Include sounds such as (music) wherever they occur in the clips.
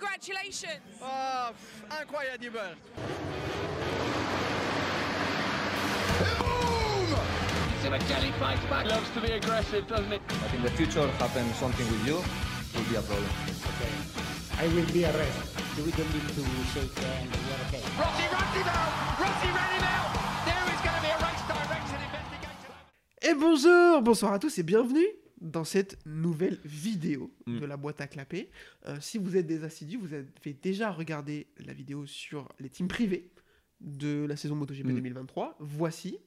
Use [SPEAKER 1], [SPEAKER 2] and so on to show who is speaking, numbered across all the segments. [SPEAKER 1] Congratulations!
[SPEAKER 2] Ah, pff, incroyable!
[SPEAKER 3] Sebastiani fights back.
[SPEAKER 4] Loves to be aggressive, doesn't it?
[SPEAKER 5] But in the future, happen something with you, will be a problem.
[SPEAKER 6] I will be arrested.
[SPEAKER 7] We don't need to shake hands. We are okay.
[SPEAKER 3] Rossi runs him out. Rossi ran him out. There is going to be a race direction investigation.
[SPEAKER 8] Et bonjour, bonsoir à tous et bienvenue dans cette nouvelle vidéo
[SPEAKER 2] Mm.
[SPEAKER 8] de la boîte à clapper. Euh, si vous êtes des assidus, vous avez déjà regardé la vidéo sur les teams privés de la saison MotoGP
[SPEAKER 2] Mm.
[SPEAKER 8] 2023. Voici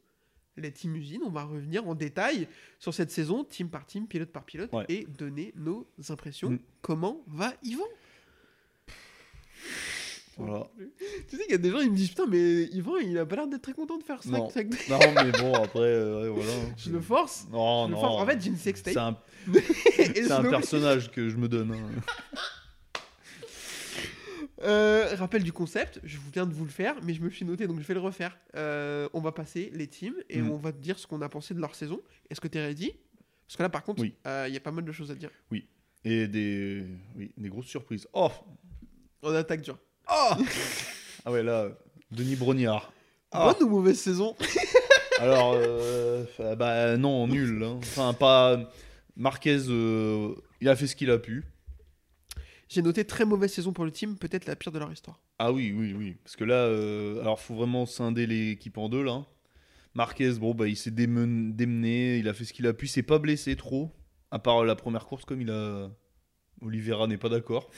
[SPEAKER 8] les teams usines. On va revenir en détail sur cette saison, team par team, pilote par pilote,
[SPEAKER 2] Ouais.
[SPEAKER 8] et donner nos impressions.
[SPEAKER 2] Mm.
[SPEAKER 8] Comment va Yvan
[SPEAKER 2] Voilà.
[SPEAKER 8] Tu sais qu'il y a des gens, ils me disent Putain, mais Yvan, il a pas l'air d'être très content de faire ça.
[SPEAKER 2] Non.
[SPEAKER 8] ça-
[SPEAKER 2] Non, mais bon, après, euh, ouais, voilà.
[SPEAKER 8] (laughs) Je le
[SPEAKER 2] (laughs)
[SPEAKER 8] force.
[SPEAKER 2] Non,
[SPEAKER 8] je le
[SPEAKER 2] non.
[SPEAKER 8] force. En fait, j'ai une sextape.
[SPEAKER 2] c'est un,
[SPEAKER 8] et je
[SPEAKER 2] c'est un
[SPEAKER 8] l'oblige.
[SPEAKER 2] personnage que je me donne. hein.
[SPEAKER 8] Euh, rappel du concept, je vous viens de vous le faire, mais je me le suis noté, donc je vais le refaire. Euh, on va passer les teams et
[SPEAKER 2] Mm.
[SPEAKER 8] on va te dire ce qu'on a pensé de leur saison. Est-ce que t'es ready Parce que là, par contre, euh,
[SPEAKER 2] Oui.
[SPEAKER 8] il y a pas mal de choses à dire.
[SPEAKER 2] Et des, oui, des grosses surprises. Oh
[SPEAKER 8] On attaque dur.
[SPEAKER 2] Oh Ah ouais, là, Denis Brognard. Ah.
[SPEAKER 8] Bonne ou mauvaise saison
[SPEAKER 2] Alors, euh, euh, bah non, nul. hein. Enfin, pas. Marquez, euh, il a fait ce qu'il a pu.
[SPEAKER 8] J'ai noté très mauvaise saison pour le team, peut-être la pire de leur histoire.
[SPEAKER 2] Ah oui, oui, oui. Parce que là, euh, alors faut vraiment scinder l'équipe en deux là. hein. Marquez, bon bah il s'est démen- démené, il a fait ce qu'il a pu, il s'est pas blessé trop. À part la première course, comme il a. Olivera n'est pas d'accord.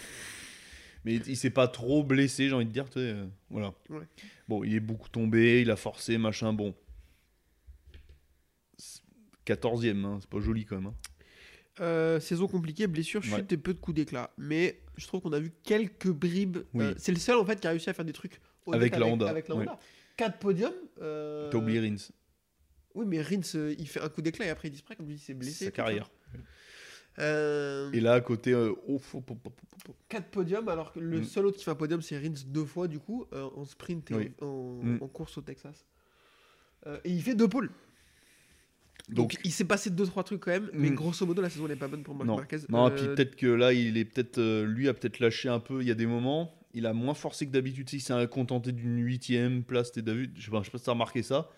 [SPEAKER 2] Mais il, il s'est pas trop blessé, j'ai envie de dire. tu sais, euh, voilà.
[SPEAKER 8] Ouais.
[SPEAKER 2] Bon, il est beaucoup tombé, il a forcé, machin, bon. C'est- 14ème, hein, c'est pas joli quand même. hein.
[SPEAKER 8] Euh, saison compliquée, blessure, chute
[SPEAKER 2] Ouais.
[SPEAKER 8] et peu de coups d'éclat. Mais je trouve qu'on a vu quelques bribes.
[SPEAKER 2] Oui.
[SPEAKER 8] Euh, c'est le seul en fait qui a réussi à faire des trucs honnêtes
[SPEAKER 2] Avec la Honda,
[SPEAKER 8] Avec la
[SPEAKER 2] oui.
[SPEAKER 8] Honda. Quatre podiums. euh,
[SPEAKER 2] T'as oublié Rins,
[SPEAKER 8] Oui, mais Rins, euh, il fait un coup d'éclat et après il disparaît comme il s'est blessé.
[SPEAKER 2] sa
[SPEAKER 8] tout ça.
[SPEAKER 2] carrière.
[SPEAKER 8] Euh,
[SPEAKER 2] Et là, à côté, euh, oh, fou, pou, pou, pou, pou, pou.
[SPEAKER 8] 4 podiums, alors que le
[SPEAKER 2] Mm.
[SPEAKER 8] seul autre qui fait un podium, c'est Rins deux fois, du coup, euh, en sprint et
[SPEAKER 2] Oui.
[SPEAKER 8] en, en-
[SPEAKER 2] Mm.
[SPEAKER 8] en course au Texas. Euh, et il fait deux pôles. Donc,
[SPEAKER 2] Donc,
[SPEAKER 8] il s'est passé deux trois trucs quand même, mais
[SPEAKER 2] Mm.
[SPEAKER 8] grosso modo, la saison n'est pas bonne pour Marc
[SPEAKER 2] Non,
[SPEAKER 8] Marquez.
[SPEAKER 2] non
[SPEAKER 8] Euh,
[SPEAKER 2] puis peut-être que là, il est peut-être, euh, lui a peut-être lâché un peu. Il y a des moments, il a moins forcé que d'habitude. Tu sais, Il s'est contenté d'une huitième place. T'es David, je sais pas, je sais pas si t'as remarqué ça,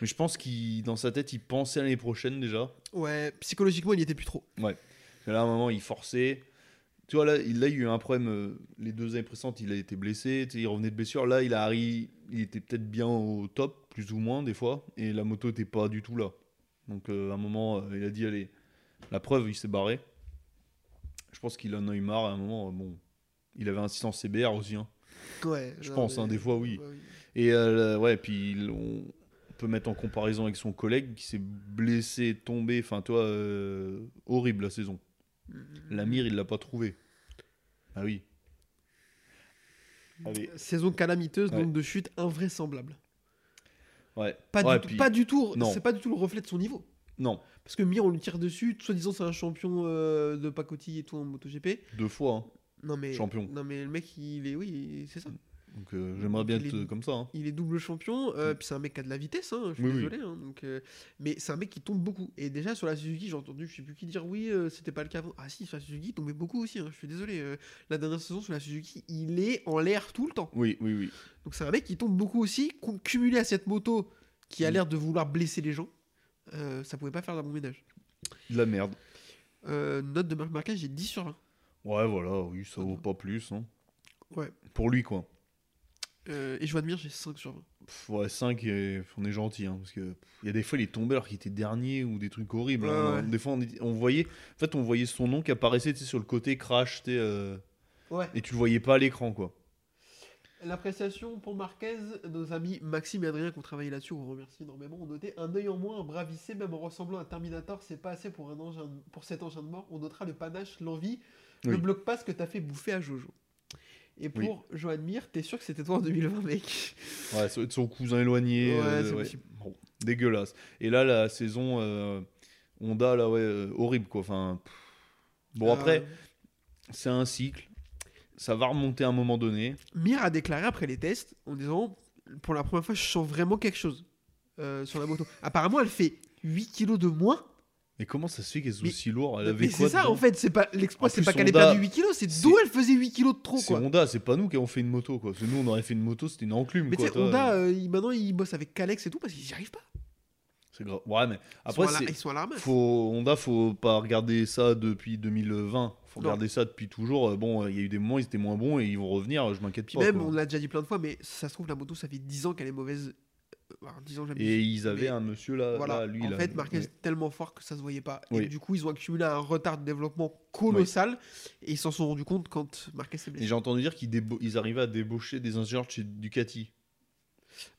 [SPEAKER 2] mais je pense qu'il, dans sa tête, il pensait à l'année prochaine déjà.
[SPEAKER 8] Ouais, psychologiquement, il n'y était plus trop.
[SPEAKER 2] Parce que là, à un moment, il forçait. Tu vois là, il, là, il y a eu un problème. euh, les deux années précédentes, il a été blessé. tu sais, Il revenait de blessure. Là, il a arri- il était peut-être bien au top, plus ou moins des fois, et la moto était pas du tout là. Donc, euh, à un moment, euh, il a dit allez. La preuve, il s'est barré. Je pense qu'il en a eu marre à un moment. euh, Bon, il avait un 600 CBR aussi. hein.
[SPEAKER 8] Ouais,
[SPEAKER 2] Je
[SPEAKER 8] non,
[SPEAKER 2] pense,
[SPEAKER 8] mais-
[SPEAKER 2] hein, des fois, oui.
[SPEAKER 8] Ouais, oui.
[SPEAKER 2] Et euh, ouais, puis il- on peut mettre en comparaison avec son collègue qui s'est blessé, tombé. Enfin, toi, euh, horrible la saison.
[SPEAKER 8] Mm-hmm.
[SPEAKER 2] La mire, il l'a pas trouvé. Ah oui. Allez.
[SPEAKER 8] Saison calamiteuse,
[SPEAKER 2] Ouais.
[SPEAKER 8] donc de chute invraisemblable.
[SPEAKER 2] Ouais.
[SPEAKER 8] Pas,
[SPEAKER 2] Ouais,
[SPEAKER 8] du,
[SPEAKER 2] puis-
[SPEAKER 8] tout, pas du tout,
[SPEAKER 2] non.
[SPEAKER 8] c'est pas du tout le reflet de son niveau.
[SPEAKER 2] Non,
[SPEAKER 8] Parce que Mir, on lui tire dessus, soi-disant, c'est un champion euh, de pacotille et tout en MotoGP.
[SPEAKER 2] deux fois. hein.
[SPEAKER 8] Non, mais,
[SPEAKER 2] Champion.
[SPEAKER 8] Non, mais le mec, il est, oui, c'est ça.
[SPEAKER 2] Donc euh, j'aimerais bien
[SPEAKER 8] Mm-hmm. Il
[SPEAKER 2] être
[SPEAKER 8] est-
[SPEAKER 2] euh, comme ça. hein.
[SPEAKER 8] Il est double champion, euh, puis c'est un mec qui a de la vitesse, hein, je suis
[SPEAKER 2] Mm. Oui, oui.
[SPEAKER 8] désolé. hein, donc, euh, mais c'est un mec qui tombe beaucoup. Et déjà sur la Suzuki, j'ai entendu, je sais plus qui dire oui, euh, c'était pas le cas avant. Ah si, sur la Suzuki, il tombait beaucoup aussi, hein, je suis désolé. euh, la dernière saison sur la Suzuki, il est en l'air tout le temps.
[SPEAKER 2] Oui, oui, oui.
[SPEAKER 8] Donc c'est un mec qui tombe beaucoup aussi, com- cumulé à cette moto qui a
[SPEAKER 2] Mm.
[SPEAKER 8] l'air de vouloir blesser les gens. euh, ça pouvait pas faire d'un bon ménage.
[SPEAKER 2] De la merde.
[SPEAKER 8] Euh, note de Marc Marquez, j'ai 10 sur 20.
[SPEAKER 2] Ouais, voilà, oui, ça vaut pas plus. hein.
[SPEAKER 8] Ouais.
[SPEAKER 2] Pour lui, quoi.
[SPEAKER 8] Euh, et je vois de Mir, j'ai 5 sur 20.
[SPEAKER 2] Pff, ouais, 5, on est gentil. hein, parce que pff, il y a des fois, il est tombé alors qu'il était dernier ou des trucs horribles. hein.
[SPEAKER 8] Ouais, ouais.
[SPEAKER 2] Des fois, on, on voyait. En fait, on voyait son nom qui apparaissait tu sais, sur le côté crash. tu sais, euh,
[SPEAKER 8] Ouais.
[SPEAKER 2] et tu le voyais pas à l'écran, quoi.
[SPEAKER 8] L'appréciation pour Marquez, nos amis Maxime et Adrien qui ont travaillé là-dessus, on vous remercie énormément, ont noté un œil en moins, un bras vissé, même en ressemblant à un Terminator, c'est pas assez pour, un engin, pour cet engin de mort. On notera le panache, l'envie, le
[SPEAKER 2] Oui.
[SPEAKER 8] bloc-passe que t'as fait bouffer à Jojo. Et pour
[SPEAKER 2] Oui.
[SPEAKER 8] Johan Mir, t'es sûr que c'était toi en 2020, mec
[SPEAKER 2] Ouais, ça doit être son cousin éloigné.
[SPEAKER 8] Ouais,
[SPEAKER 2] euh,
[SPEAKER 8] c'est possible.
[SPEAKER 2] Bon, dégueulasse. Et là, la saison euh, Honda, là, ouais, euh, horrible, quoi. Enfin, pff. bon, après,
[SPEAKER 8] Euh,
[SPEAKER 2] c'est un cycle. Ça va remonter à un moment donné.
[SPEAKER 8] Mir a déclaré après les tests en disant Pour la première fois, je sens vraiment quelque chose euh, sur la moto. Apparemment, elle fait 8 kilos de moins
[SPEAKER 2] Mais comment ça se fait qu'elles sont
[SPEAKER 8] Mais-
[SPEAKER 2] aussi lourdes Elle avait
[SPEAKER 8] Mais
[SPEAKER 2] quoi
[SPEAKER 8] c'est ça,
[SPEAKER 2] dedans
[SPEAKER 8] en fait, c'est pas
[SPEAKER 2] En
[SPEAKER 8] l'exploit, c'est
[SPEAKER 2] plus,
[SPEAKER 8] pas qu'elle ait
[SPEAKER 2] Honda-
[SPEAKER 8] perdu 8 kilos, c'est
[SPEAKER 2] c'est-
[SPEAKER 8] d'où elle faisait 8 kilos de trop,
[SPEAKER 2] C'est
[SPEAKER 8] quoi.
[SPEAKER 2] Honda, c'est pas nous qui avons fait une moto, quoi. Parce que nous, on aurait fait une moto, c'était une (laughs) enclume,
[SPEAKER 8] Mais tu
[SPEAKER 2] quoi.
[SPEAKER 8] sais,
[SPEAKER 2] toi.
[SPEAKER 8] Honda, euh, il- maintenant, il bosse avec Calex et tout parce qu'ils n'y arrivent pas.
[SPEAKER 2] C'est grave. Ouais, mais
[SPEAKER 8] Ils
[SPEAKER 2] après,
[SPEAKER 8] sont à la-
[SPEAKER 2] c'est-
[SPEAKER 8] ils sont à la ramasse.
[SPEAKER 2] faut... Honda, faut pas regarder ça depuis 2020. Faut
[SPEAKER 8] Non.
[SPEAKER 2] regarder ça depuis toujours. Euh, Bon, il y a eu des moments, ils étaient moins bons et ils vont revenir, euh, je m'inquiète
[SPEAKER 8] Puis
[SPEAKER 2] pas.
[SPEAKER 8] même,
[SPEAKER 2] quoi.
[SPEAKER 8] on l'a déjà dit plein de fois, mais ça se trouve, la moto, ça fait 10 ans qu'elle est mauvaise. Euh, alors, 10 ans, j'abuse.
[SPEAKER 2] Et ils avaient
[SPEAKER 8] Mais
[SPEAKER 2] un monsieur là,
[SPEAKER 8] Voilà,
[SPEAKER 2] là, lui.
[SPEAKER 8] en
[SPEAKER 2] là.
[SPEAKER 8] fait, Marquez
[SPEAKER 2] Ouais.
[SPEAKER 8] est tellement fort que ça se voyait pas. Et
[SPEAKER 2] Oui.
[SPEAKER 8] du coup, ils ont accumulé un retard de développement colossal et ils s'en sont rendus compte quand Marquez s'est
[SPEAKER 2] Et
[SPEAKER 8] blessé.
[SPEAKER 2] j'ai entendu dire qu'ils débo- ils arrivaient à débaucher des ingénieurs de chez Ducati.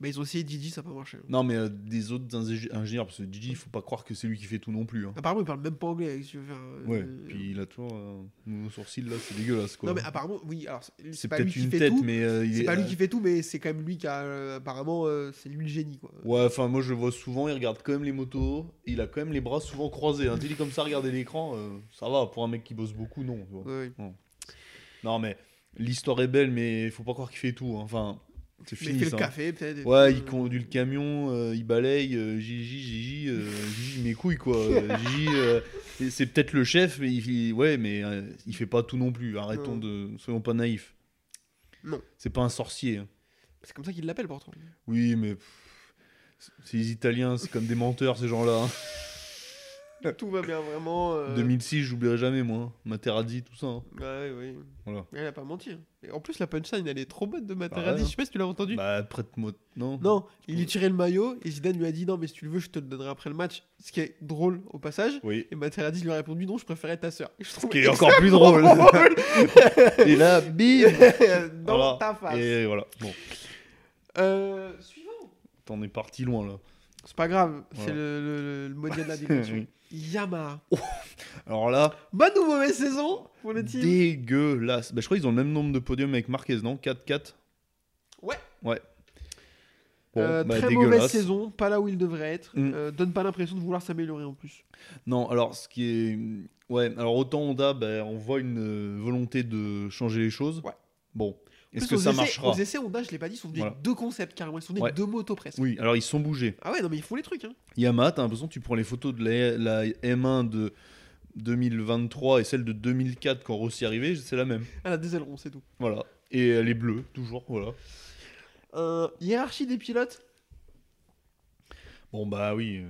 [SPEAKER 8] Mais ils ont essayé Gigi, ça n'a pas marché.
[SPEAKER 2] Non, mais euh, des autres ingé- ingénieurs, parce que Gigi, il faut pas croire que c'est lui qui fait tout non plus. hein.
[SPEAKER 8] Apparemment, ils parlent même pas anglais. qu'est-ce que tu veux faire, euh,
[SPEAKER 2] Ouais,
[SPEAKER 8] euh,
[SPEAKER 2] puis il a toujours euh, nos sourcils là, c'est dégueulasse quoi.
[SPEAKER 8] Non, mais apparemment, oui, alors c'est-
[SPEAKER 2] c'est
[SPEAKER 8] c'est pas lui
[SPEAKER 2] peut-être
[SPEAKER 8] qui
[SPEAKER 2] une
[SPEAKER 8] fait
[SPEAKER 2] tête,
[SPEAKER 8] tout.
[SPEAKER 2] mais euh, il
[SPEAKER 8] C'est
[SPEAKER 2] est-
[SPEAKER 8] pas lui qui fait tout, mais c'est quand même lui qui a. euh, apparemment, euh, c'est lui le génie, quoi.
[SPEAKER 2] Ouais, enfin moi je le vois souvent, il regarde quand même les motos, il a quand même les bras souvent croisés. Un délire comme ça, regarder l'écran, euh, ça va, pour un mec qui bosse beaucoup, non. tu vois.
[SPEAKER 8] Ouais, ouais.
[SPEAKER 2] Non mais l'histoire est belle, mais faut pas croire qu'il fait tout. hein. Enfin, c'est
[SPEAKER 8] Mais il
[SPEAKER 2] fini.
[SPEAKER 8] fait le
[SPEAKER 2] ça. hein.
[SPEAKER 8] café, peut-être. et
[SPEAKER 2] Ouais,
[SPEAKER 8] tout,
[SPEAKER 2] il
[SPEAKER 8] euh.
[SPEAKER 2] conduit le camion, euh, il balaye, euh, Gigi, Gigi, euh, Gigi, mes
[SPEAKER 8] (laughs)
[SPEAKER 2] couilles quoi. Euh, Gigi, euh, c'est- c'est peut-être le chef, mais il, il- ouais, mais euh, il fait pas tout non plus. Arrêtons
[SPEAKER 8] Non.
[SPEAKER 2] de, soyons pas naïfs.
[SPEAKER 8] Non.
[SPEAKER 2] C'est pas un sorcier. hein.
[SPEAKER 8] C'est comme ça qu'il l'appelle,
[SPEAKER 2] (laughs)
[SPEAKER 8] pourtant.
[SPEAKER 2] Oui, mais pff, c'est les Italiens, c'est comme des menteurs ces gens-là. hein.
[SPEAKER 8] Tout va bien, vraiment. euh, bah
[SPEAKER 2] 2006, j'oublierai jamais moi. hein. Materazzi, tout ça. hein.
[SPEAKER 8] Ouais, oui.
[SPEAKER 2] Voilà.
[SPEAKER 8] Elle a pas menti. hein. Et en plus, la punchline, elle est trop bonne de
[SPEAKER 2] Bah ouais,
[SPEAKER 8] Materazzi. Je sais pas si tu l'as entendu.
[SPEAKER 2] Bah prête-moi, non.
[SPEAKER 8] Non, il lui tirait le maillot et Zidane lui a dit non, mais si tu le veux, je te le donnerai après le match. Ce qui est drôle au passage. (laughs)
[SPEAKER 2] Oui.
[SPEAKER 8] Et Materazzi lui a répondu non, je préférais ta sœur. Et Je trouve
[SPEAKER 2] Qui est encore
[SPEAKER 8] (laughs)
[SPEAKER 2] plus drôle. (laughs) Et là, bim.
[SPEAKER 8] dans
[SPEAKER 2] Voilà.
[SPEAKER 8] ta face.
[SPEAKER 2] Et voilà. Bon,
[SPEAKER 8] Euh, suivant.
[SPEAKER 2] t'en es parti loin là.
[SPEAKER 8] C'est pas grave, c'est
[SPEAKER 2] Voilà.
[SPEAKER 8] le, le, le- le modèle de
[SPEAKER 2] (laughs)
[SPEAKER 8] la digression. Yamaha.
[SPEAKER 2] Alors là.
[SPEAKER 8] Bonne ou mauvaise saison pour le team
[SPEAKER 2] Dégueulasse. Bah, je crois qu'ils ont le même nombre de podiums avec Marquez, non 4-4
[SPEAKER 8] Ouais.
[SPEAKER 2] Ouais. Bon,
[SPEAKER 8] Euh,
[SPEAKER 2] bah,
[SPEAKER 8] Très
[SPEAKER 2] dégueulasse.
[SPEAKER 8] mauvaise saison, pas là où il devrait être.
[SPEAKER 2] Mm.
[SPEAKER 8] Euh, donne pas l'impression de vouloir s'améliorer en plus.
[SPEAKER 2] Non, alors ce qui est. Ouais, alors autant Honda, bah, on voit une euh, volonté de changer les choses.
[SPEAKER 8] Ouais.
[SPEAKER 2] Bon. Est-ce
[SPEAKER 8] Plus,
[SPEAKER 2] que
[SPEAKER 8] aux
[SPEAKER 2] ça
[SPEAKER 8] essais-
[SPEAKER 2] marchera
[SPEAKER 8] Aux essais Honda, je l'ai pas dit, ils sont venus
[SPEAKER 2] Voilà.
[SPEAKER 8] avec deux concepts carrément, ils sont venus avec
[SPEAKER 2] Ouais.
[SPEAKER 8] deux motos presque.
[SPEAKER 2] Oui, alors ils sont bougés.
[SPEAKER 8] Ah ouais, non mais ils font les trucs. Hein.
[SPEAKER 2] Yamaha, t'as l'impression que tu prends les photos de la, la M1 de 2023 et celle de 2004 quand Rossi est arrivé, c'est la même.
[SPEAKER 8] Elle a des ailerons, Ah, c'est tout.
[SPEAKER 2] Voilà. Et elle est bleue, toujours, voilà.
[SPEAKER 8] Euh, hiérarchie des pilotes
[SPEAKER 2] Bon, bah oui. euh.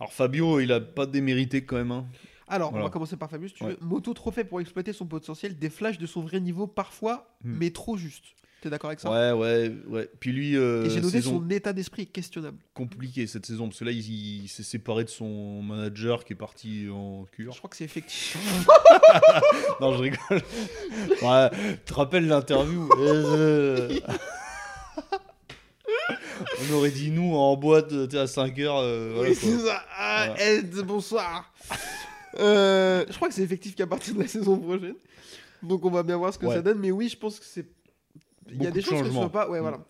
[SPEAKER 2] Alors Fabio, il a pas démérité quand même, hein.
[SPEAKER 8] Alors, on
[SPEAKER 2] Voilà.
[SPEAKER 8] va commencer par Fabius, tu
[SPEAKER 2] Ouais.
[SPEAKER 8] veux. Moto trop faible pour exploiter son potentiel, des flashs de son vrai niveau parfois,
[SPEAKER 2] Hmm.
[SPEAKER 8] mais trop juste. T'es d'accord avec ça
[SPEAKER 2] Ouais, ouais, ouais. Puis lui, euh,
[SPEAKER 8] Et j'ai noté
[SPEAKER 2] saison
[SPEAKER 8] son état d'esprit questionnable.
[SPEAKER 2] compliquée cette saison, parce que là, il, il s'est séparé de son manager qui est parti en
[SPEAKER 8] Je
[SPEAKER 2] cure.
[SPEAKER 8] crois que c'est effectif.
[SPEAKER 2] Non, je rigole. Ouais, tu te rappelles l'interview Euh, On aurait dit nous en boîte tu sais, à 5h. voilà,
[SPEAKER 8] Oui,
[SPEAKER 2] quoi.
[SPEAKER 8] c'est ça. Ah,
[SPEAKER 2] Voilà.
[SPEAKER 8] Ed, bonsoir. Euh, je crois que c'est effectif qu'à partir de la (laughs) saison prochaine. Donc on va bien voir ce que
[SPEAKER 2] Ouais.
[SPEAKER 8] ça donne. Mais oui, je pense que c'est. Il y a
[SPEAKER 2] Beaucoup
[SPEAKER 8] des
[SPEAKER 2] de
[SPEAKER 8] choses que ce
[SPEAKER 2] changements.
[SPEAKER 8] soit pas. Ouais,
[SPEAKER 2] Mm.
[SPEAKER 8] voilà.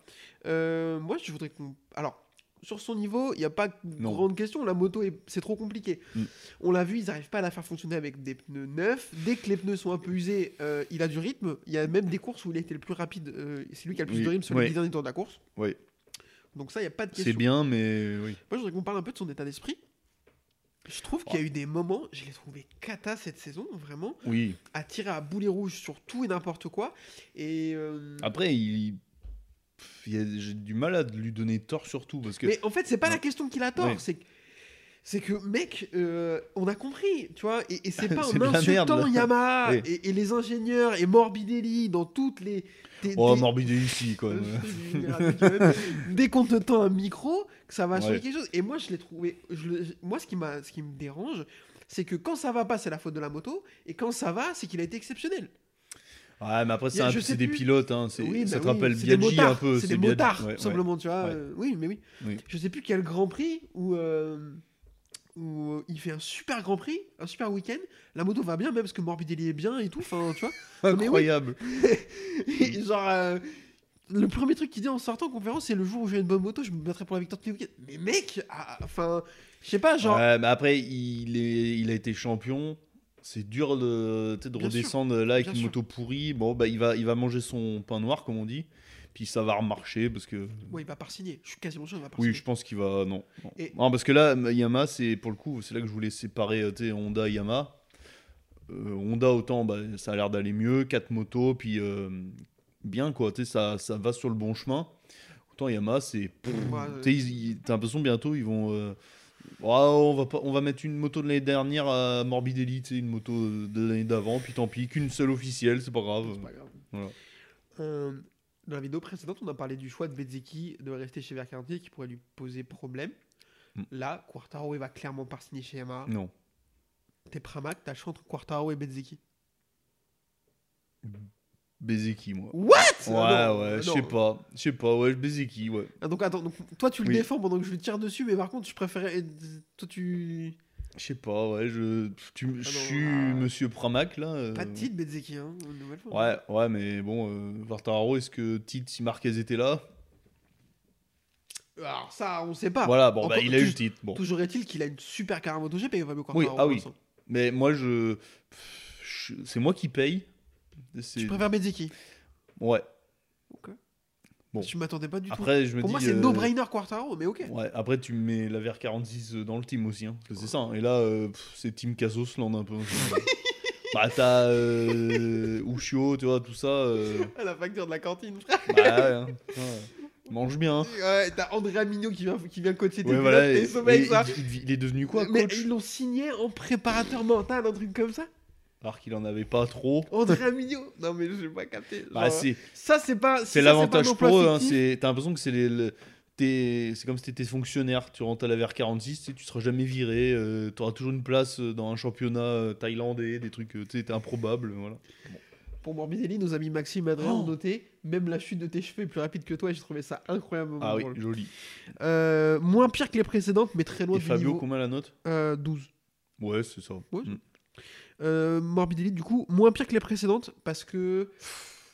[SPEAKER 8] Euh, moi, je voudrais qu'on. Alors, sur son niveau, il n'y a pas de
[SPEAKER 2] Non.
[SPEAKER 8] grande question. La moto, est- c'est trop compliqué.
[SPEAKER 2] Mm.
[SPEAKER 8] On l'a vu, ils n'arrivent pas à la faire fonctionner avec des pneus neufs. Dès que les pneus sont un peu usés, euh, il a du rythme. Il y a même des courses où il a été le plus rapide. euh, c'est lui qui a le plus
[SPEAKER 2] Oui.
[SPEAKER 8] de rythme sur
[SPEAKER 2] Ouais.
[SPEAKER 8] les 10 derniers tours de la course.
[SPEAKER 2] Ouais.
[SPEAKER 8] Donc ça, il n'y a pas de question.
[SPEAKER 2] C'est bien, mais oui.
[SPEAKER 8] Moi, je voudrais qu'on parle un peu de son état d'esprit. Je trouve qu'il y a eu des moments, je l'ai trouvé cata cette saison, vraiment,
[SPEAKER 2] Oui.
[SPEAKER 8] à tirer à boulet rouge sur tout et n'importe quoi. Et. euh,
[SPEAKER 2] Après, il. pff, il y a- J'ai du mal à lui donner tort surtout parce que
[SPEAKER 8] Mais en fait, c'est pas la
[SPEAKER 2] Ouais.
[SPEAKER 8] question qu'il a tort,
[SPEAKER 2] Ouais.
[SPEAKER 8] c'est que. C'est que, mec, euh, on a compris, tu vois, et, et
[SPEAKER 2] (laughs)
[SPEAKER 8] c'est pas
[SPEAKER 2] C'est de
[SPEAKER 8] en
[SPEAKER 2] la
[SPEAKER 8] insultant
[SPEAKER 2] merde, là.
[SPEAKER 8] Yamaha
[SPEAKER 2] Oui.
[SPEAKER 8] et, et les ingénieurs et Morbidelli dans toutes les. des-
[SPEAKER 2] oh
[SPEAKER 8] des- Euh,
[SPEAKER 2] morbide ici quoi. (laughs)
[SPEAKER 8] Dès qu'on te tend un micro, que ça va changer
[SPEAKER 2] Ouais.
[SPEAKER 8] quelque chose. Et moi, je l'ai trouvé. Je le- moi, ce qui, m'a, ce qui me dérange, c'est que quand ça va pas, c'est la faute de la moto. Et quand ça va, c'est qu'il a été exceptionnel.
[SPEAKER 2] Ouais, mais après,
[SPEAKER 8] Il y
[SPEAKER 2] c'est
[SPEAKER 8] a-
[SPEAKER 2] un-
[SPEAKER 8] je sais
[SPEAKER 2] c'est des
[SPEAKER 8] plus.
[SPEAKER 2] pilotes, hein. c'est-
[SPEAKER 8] Oui,
[SPEAKER 2] ça
[SPEAKER 8] bah
[SPEAKER 2] te
[SPEAKER 8] oui,
[SPEAKER 2] rappelle
[SPEAKER 8] c'est des
[SPEAKER 2] Biaggi
[SPEAKER 8] motards,
[SPEAKER 2] un peu.
[SPEAKER 8] C'est des
[SPEAKER 2] Biaggi,
[SPEAKER 8] motards,
[SPEAKER 2] ouais, ouais.
[SPEAKER 8] tout simplement, tu vois.
[SPEAKER 2] Ouais.
[SPEAKER 8] euh, oui, mais oui.
[SPEAKER 2] Oui.
[SPEAKER 8] Je sais plus quel Grand Prix où. euh, où euh, il fait un super grand prix, un super week-end, la moto va bien, même parce que Morbidelli est bien et tout, enfin tu vois. oui.
[SPEAKER 2] Incroyable.
[SPEAKER 8] Et genre, euh, le premier truc qu'il dit en sortant en conférence, c'est le jour où j'ai une bonne moto, je me battrai pour la victoire tous les week-ends. Mais mec, ah, enfin, je sais pas, genre,
[SPEAKER 2] Ouais, mais après, il, est, il a été champion. C'est dur de, tu sais, de
[SPEAKER 8] Bien sûr,
[SPEAKER 2] redescendre là avec
[SPEAKER 8] bien
[SPEAKER 2] une
[SPEAKER 8] sûr.
[SPEAKER 2] moto pourrie. Bon, bah, il, va, il va manger son pain noir, comme on dit. Puis ça va remarcher parce que.
[SPEAKER 8] Ouais, il va pas signer. Je suis quasiment sûr, il va pas
[SPEAKER 2] Oui,
[SPEAKER 8] signer.
[SPEAKER 2] je pense qu'il va. Non. Non.
[SPEAKER 8] Et-
[SPEAKER 2] Non, parce que là, Yamaha, c'est pour le coup, c'est là que je voulais séparer euh, tu sais, Honda et Yamaha. Euh, Honda, autant bah, ça a l'air d'aller mieux, 4 motos, puis euh, bien quoi, tu sais, ça, ça va sur le bon chemin. Autant Yamaha, c'est. pff,
[SPEAKER 8] Ouais,
[SPEAKER 2] tu sais, ils- ils- T'as l'impression bientôt, ils vont. euh, Ah, on, va pas, on va mettre une moto de l'année dernière à Morbidelli, tu sais, une moto euh, de l'année d'avant, puis tant pis, qu'une seule officielle, c'est pas grave.
[SPEAKER 8] C'est pas grave.
[SPEAKER 2] Voilà.
[SPEAKER 8] Euh, dans la vidéo précédente, on a parlé du choix de Bezzeki de rester chez Vercardi qui pourrait lui poser problème.
[SPEAKER 2] Mm.
[SPEAKER 8] Là, Quartaro, il va clairement pas signer chez Yamaha.
[SPEAKER 2] Non.
[SPEAKER 8] T'es Pramac, t'as le choix entre Quartaro et Bezzeki.
[SPEAKER 2] Baiser qui, moi
[SPEAKER 8] What
[SPEAKER 2] Ouais,
[SPEAKER 8] Ah non,
[SPEAKER 2] ouais,
[SPEAKER 8] ah
[SPEAKER 2] je sais
[SPEAKER 8] non.
[SPEAKER 2] pas. Je sais pas, ouais, Baiser qui, ouais.
[SPEAKER 8] Ah, donc attends, donc, toi tu le
[SPEAKER 2] Oui.
[SPEAKER 8] défends pendant que je le tire dessus, mais par contre, je préférais. Toi tu.
[SPEAKER 2] Je sais pas, ouais, je, tu, je
[SPEAKER 8] Ah non,
[SPEAKER 2] suis
[SPEAKER 8] ah.
[SPEAKER 2] Monsieur Pramac là. euh,
[SPEAKER 8] Pas de titre, Bezzeki, hein, une nouvelle fois.
[SPEAKER 2] Ouais, ouais, mais bon, euh, Quartararo, est-ce que Tite, si Marquez était là
[SPEAKER 8] Alors ça, on sait pas.
[SPEAKER 2] Voilà, bon,
[SPEAKER 8] Ah, encore-
[SPEAKER 2] bah, il a eu
[SPEAKER 8] tu-
[SPEAKER 2] le titre. Bon.
[SPEAKER 8] Toujours est-il qu'il a une super carrière MotoGP, Fabio Quartaro.
[SPEAKER 2] Oui, ah
[SPEAKER 8] pour
[SPEAKER 2] oui.
[SPEAKER 8] l'instant.
[SPEAKER 2] Mais moi, je. pff, je- C'est moi qui paye. C'est-
[SPEAKER 8] Tu préfères Bezzeki
[SPEAKER 2] Ouais. Bon.
[SPEAKER 8] Je m'attendais pas du tout.
[SPEAKER 2] Après, je me
[SPEAKER 8] Pour
[SPEAKER 2] dis.
[SPEAKER 8] moi, c'est
[SPEAKER 2] euh,
[SPEAKER 8] no-brainer Quartaro, mais ok.
[SPEAKER 2] Ouais, après, tu mets la VR46 dans le team aussi, hein, parce que c'est ça. hein. Et là, euh, pff, c'est Team Casosland un peu. hein,
[SPEAKER 8] (laughs)
[SPEAKER 2] c'est- bah, t'as euh, Ushio, tu vois, tout ça. euh,
[SPEAKER 8] À Ah, la facture de la cantine,
[SPEAKER 2] bah, ouais, hein, putain, ouais. Mange bien. hein.
[SPEAKER 8] Ouais, t'as André Mignot qui vient, qui vient coacher tes
[SPEAKER 2] Ouais,
[SPEAKER 8] pilotes,
[SPEAKER 2] voilà,
[SPEAKER 8] t'es
[SPEAKER 2] et-
[SPEAKER 8] sauvé avec
[SPEAKER 2] et
[SPEAKER 8] ça.
[SPEAKER 2] il, il- il est devenu quoi,
[SPEAKER 8] mais
[SPEAKER 2] coach
[SPEAKER 8] ils l'ont signé en préparateur mental, un truc comme ça
[SPEAKER 2] Alors qu'il en avait pas trop.
[SPEAKER 8] André Mignot Non, mais j'ai pas capté. genre,
[SPEAKER 2] Bah, c'est
[SPEAKER 8] ça, c'est pas.
[SPEAKER 2] c'est
[SPEAKER 8] ça,
[SPEAKER 2] l'avantage
[SPEAKER 8] pas un emploi
[SPEAKER 2] pour eux. hein,
[SPEAKER 8] fictif.
[SPEAKER 2] c'est- T'as l'impression que c'est les. le- t'es- C'est comme si t'étais fonctionnaire, tu rentres à la VR46, tu sais, tu seras jamais viré, tu t'auras toujours une place euh, dans un championnat euh, thaïlandais, des trucs, euh, tu sais, t'es improbable, voilà.
[SPEAKER 8] Pour Morbidelli, nos amis Maxime et Adrien ont
[SPEAKER 2] Oh.
[SPEAKER 8] noté même la chute de tes cheveux est plus rapide que toi et j'ai trouvé ça incroyablement
[SPEAKER 2] Ah oui,
[SPEAKER 8] drôle.
[SPEAKER 2] joli.
[SPEAKER 8] Euh, moins pire que les précédentes, mais très loin
[SPEAKER 2] Et
[SPEAKER 8] du
[SPEAKER 2] Fabio,
[SPEAKER 8] niveau.
[SPEAKER 2] combien la note
[SPEAKER 8] Euh, 12.
[SPEAKER 2] Ouais, c'est ça.
[SPEAKER 8] Ouais,
[SPEAKER 2] Mm.
[SPEAKER 8] Euh, Morbidelli, du coup, moins pire que les précédentes parce que.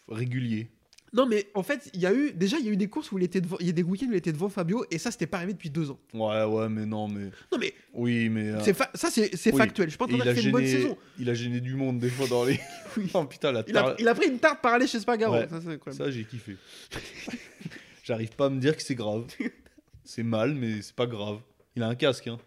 [SPEAKER 2] Régulier.
[SPEAKER 8] Non, mais en fait, il y a eu déjà il y a eu des courses où il était devant, il y a des week-ends où il était devant Fabio et ça c'était pas arrivé depuis deux ans.
[SPEAKER 2] Ouais, ouais, mais non, mais.
[SPEAKER 8] Non mais
[SPEAKER 2] Oui, mais. euh,
[SPEAKER 8] c'est fa- ça c'est c'est
[SPEAKER 2] oui.
[SPEAKER 8] factuel. Je pense
[SPEAKER 2] et
[SPEAKER 8] qu'il
[SPEAKER 2] il,
[SPEAKER 8] a
[SPEAKER 2] a
[SPEAKER 8] fait une bonne
[SPEAKER 2] gêné,
[SPEAKER 8] saison.
[SPEAKER 2] il a gêné du monde des fois dans les.
[SPEAKER 8] (laughs) Oui.
[SPEAKER 2] oh putain, la
[SPEAKER 8] Il a,
[SPEAKER 2] tar-
[SPEAKER 8] il a pris une tarte par aller chez Spargaro.
[SPEAKER 2] Ouais.
[SPEAKER 8] Ça c'est incroyable.
[SPEAKER 2] Ça, j'ai kiffé. (laughs) J'arrive pas à me dire que c'est grave. C'est mal, mais c'est pas grave. Il a un casque, hein.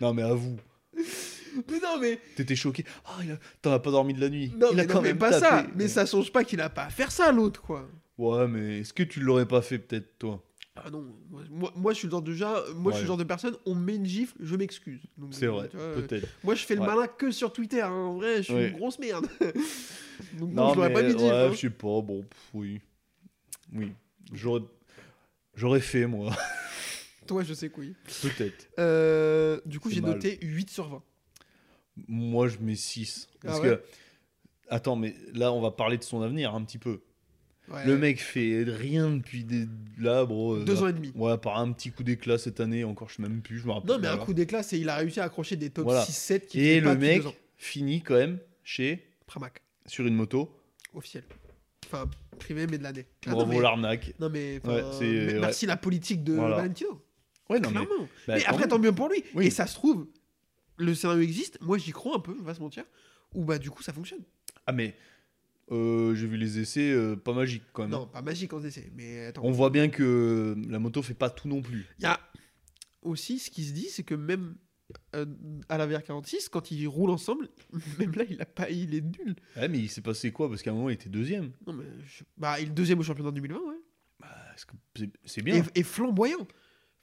[SPEAKER 2] Non, mais avoue,
[SPEAKER 8] Mais non mais
[SPEAKER 2] t'étais choqué. Ah, il a- t'en as pas dormi de la nuit.
[SPEAKER 8] non,
[SPEAKER 2] il
[SPEAKER 8] mais,
[SPEAKER 2] a
[SPEAKER 8] non,
[SPEAKER 2] quand
[SPEAKER 8] mais
[SPEAKER 2] même
[SPEAKER 8] pas
[SPEAKER 2] tapé.
[SPEAKER 8] ça. Mais
[SPEAKER 2] Ouais.
[SPEAKER 8] ça change pas qu'il a pas à faire ça l'autre quoi.
[SPEAKER 2] Ouais, mais est-ce que tu l'aurais pas fait, peut-être, toi
[SPEAKER 8] Ah non, moi- moi, moi je suis le genre de ja- moi je suis
[SPEAKER 2] Ouais.
[SPEAKER 8] le genre de personne on me met une gifle, je m'excuse. Donc,
[SPEAKER 2] C'est
[SPEAKER 8] euh,
[SPEAKER 2] vrai,
[SPEAKER 8] tu vois, euh,
[SPEAKER 2] peut-être.
[SPEAKER 8] Moi je fais le
[SPEAKER 2] Ouais.
[SPEAKER 8] malin que sur Twitter. hein. En vrai, je suis
[SPEAKER 2] Ouais.
[SPEAKER 8] une grosse merde. (laughs) Donc non,
[SPEAKER 2] Non,
[SPEAKER 8] je l'aurais
[SPEAKER 2] mais,
[SPEAKER 8] pas mis de gifle,
[SPEAKER 2] ouais,
[SPEAKER 8] hein.
[SPEAKER 2] je sais pas, bon, pff, oui. Oui. J'aurais. J'aurais fait, moi. (laughs)
[SPEAKER 8] Toi je sais quoi.
[SPEAKER 2] peut-être.
[SPEAKER 8] Euh, du coup,
[SPEAKER 2] C'est
[SPEAKER 8] j'ai
[SPEAKER 2] mal.
[SPEAKER 8] noté 8 sur 20.
[SPEAKER 2] Moi, je mets 6. Parce
[SPEAKER 8] Ah ouais
[SPEAKER 2] que. Attends, mais là, on va parler de son avenir un petit peu.
[SPEAKER 8] Ouais.
[SPEAKER 2] Le mec fait rien depuis des... là, bro. euh,
[SPEAKER 8] Deux ans et demi.
[SPEAKER 2] Ouais, par un petit coup d'éclat cette année, encore, je sais même plus, je me rappelle.
[SPEAKER 8] Non, mais un
[SPEAKER 2] voilà.
[SPEAKER 8] coup d'éclat, c'est il a réussi à accrocher des top
[SPEAKER 2] Voilà.
[SPEAKER 8] 6-7 qui
[SPEAKER 2] Et
[SPEAKER 8] faisaient pas
[SPEAKER 2] le
[SPEAKER 8] depuis
[SPEAKER 2] mec
[SPEAKER 8] deux ans.
[SPEAKER 2] finit quand même chez,
[SPEAKER 8] Pramac,
[SPEAKER 2] sur une moto.
[SPEAKER 8] officiel. Enfin, privé, mais de l'année. Ah, non,
[SPEAKER 2] Bravo
[SPEAKER 8] mais-
[SPEAKER 2] l'arnaque.
[SPEAKER 8] Non, mais, enfin,
[SPEAKER 2] Ouais, c'est-
[SPEAKER 8] mais
[SPEAKER 2] ouais.
[SPEAKER 8] merci la politique de
[SPEAKER 2] Voilà.
[SPEAKER 8] Valentino.
[SPEAKER 2] Ouais, non, mais.
[SPEAKER 8] clairement. Mais,
[SPEAKER 2] bah, tant
[SPEAKER 8] après,
[SPEAKER 2] mieux.
[SPEAKER 8] tant mieux pour lui.
[SPEAKER 2] Oui.
[SPEAKER 8] Et ça se trouve, le scénario existe. Moi, j'y crois un peu, je vais pas se mentir. Ou bah, du coup, ça fonctionne.
[SPEAKER 2] Ah, mais. euh, J'ai vu les essais, euh, pas magiques quand même.
[SPEAKER 8] Non, pas magique en essai. Mais attends.
[SPEAKER 2] On voit bien que euh, la moto fait pas tout non plus.
[SPEAKER 8] Il y a aussi ce qui se dit, c'est que même euh, à la VR46, quand ils roulent ensemble, (laughs) même là, il, a pas, il est nul.
[SPEAKER 2] Ouais, mais il s'est passé quoi Parce qu'à un moment, il était deuxième.
[SPEAKER 8] Non, mais je- bah, il est deuxième au championnat 2020, ouais.
[SPEAKER 2] Parce Ah, que c'est- C'est bien.
[SPEAKER 8] Et, et flamboyant.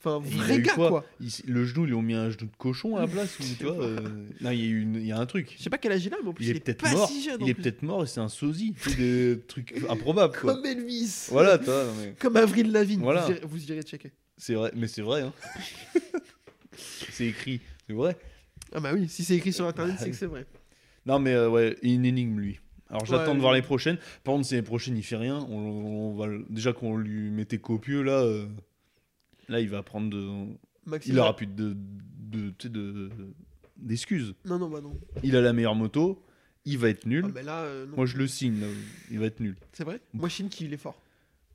[SPEAKER 8] Enfin,
[SPEAKER 2] Et il
[SPEAKER 8] vrai
[SPEAKER 2] a eu
[SPEAKER 8] gars, quoi.
[SPEAKER 2] quoi Il s- le genou, ils lui ont mis un genou de cochon à la place.
[SPEAKER 8] (laughs)
[SPEAKER 2] ou, tu vois, euh, Non, il y, a eu une- il y a un truc.
[SPEAKER 8] Je sais pas quel âge il a, mais en plus,
[SPEAKER 2] il est peut-être
[SPEAKER 8] pas
[SPEAKER 2] mort.
[SPEAKER 8] si (laughs) jeune. en
[SPEAKER 2] il est
[SPEAKER 8] plus.
[SPEAKER 2] peut-être mort et c'est un sosie. C'est
[SPEAKER 8] (laughs)
[SPEAKER 2] des trucs improbables quoi.
[SPEAKER 8] Comme Elvis.
[SPEAKER 2] Voilà, toi, non, mais
[SPEAKER 8] Comme Avril Lavigne.
[SPEAKER 2] Voilà.
[SPEAKER 8] Vous, irez, vous irez checker.
[SPEAKER 2] c'est vrai, mais
[SPEAKER 8] (laughs)
[SPEAKER 2] c'est vrai. Hein. c'est écrit, c'est vrai.
[SPEAKER 8] Ah, bah oui, si c'est écrit sur internet, c'est que c'est vrai.
[SPEAKER 2] Non, mais euh, ouais, une énigme lui. Alors j'attends
[SPEAKER 8] Ouais,
[SPEAKER 2] de voir
[SPEAKER 8] je-
[SPEAKER 2] les prochaines. Par contre, si les prochaines il fait rien, on, on va le- déjà qu'on lui mettait copieux là. euh, Là, il va prendre de.
[SPEAKER 8] Maxime.
[SPEAKER 2] Il aura plus de de tu sais, de- d'excuses.
[SPEAKER 8] Non, non, bah non.
[SPEAKER 2] il a la meilleure moto, il va être nul.
[SPEAKER 8] Ah, mais là, euh, non.
[SPEAKER 2] Moi, je le signe. là, il va être nul.
[SPEAKER 8] C'est vrai Moi, Chine qui il est fort.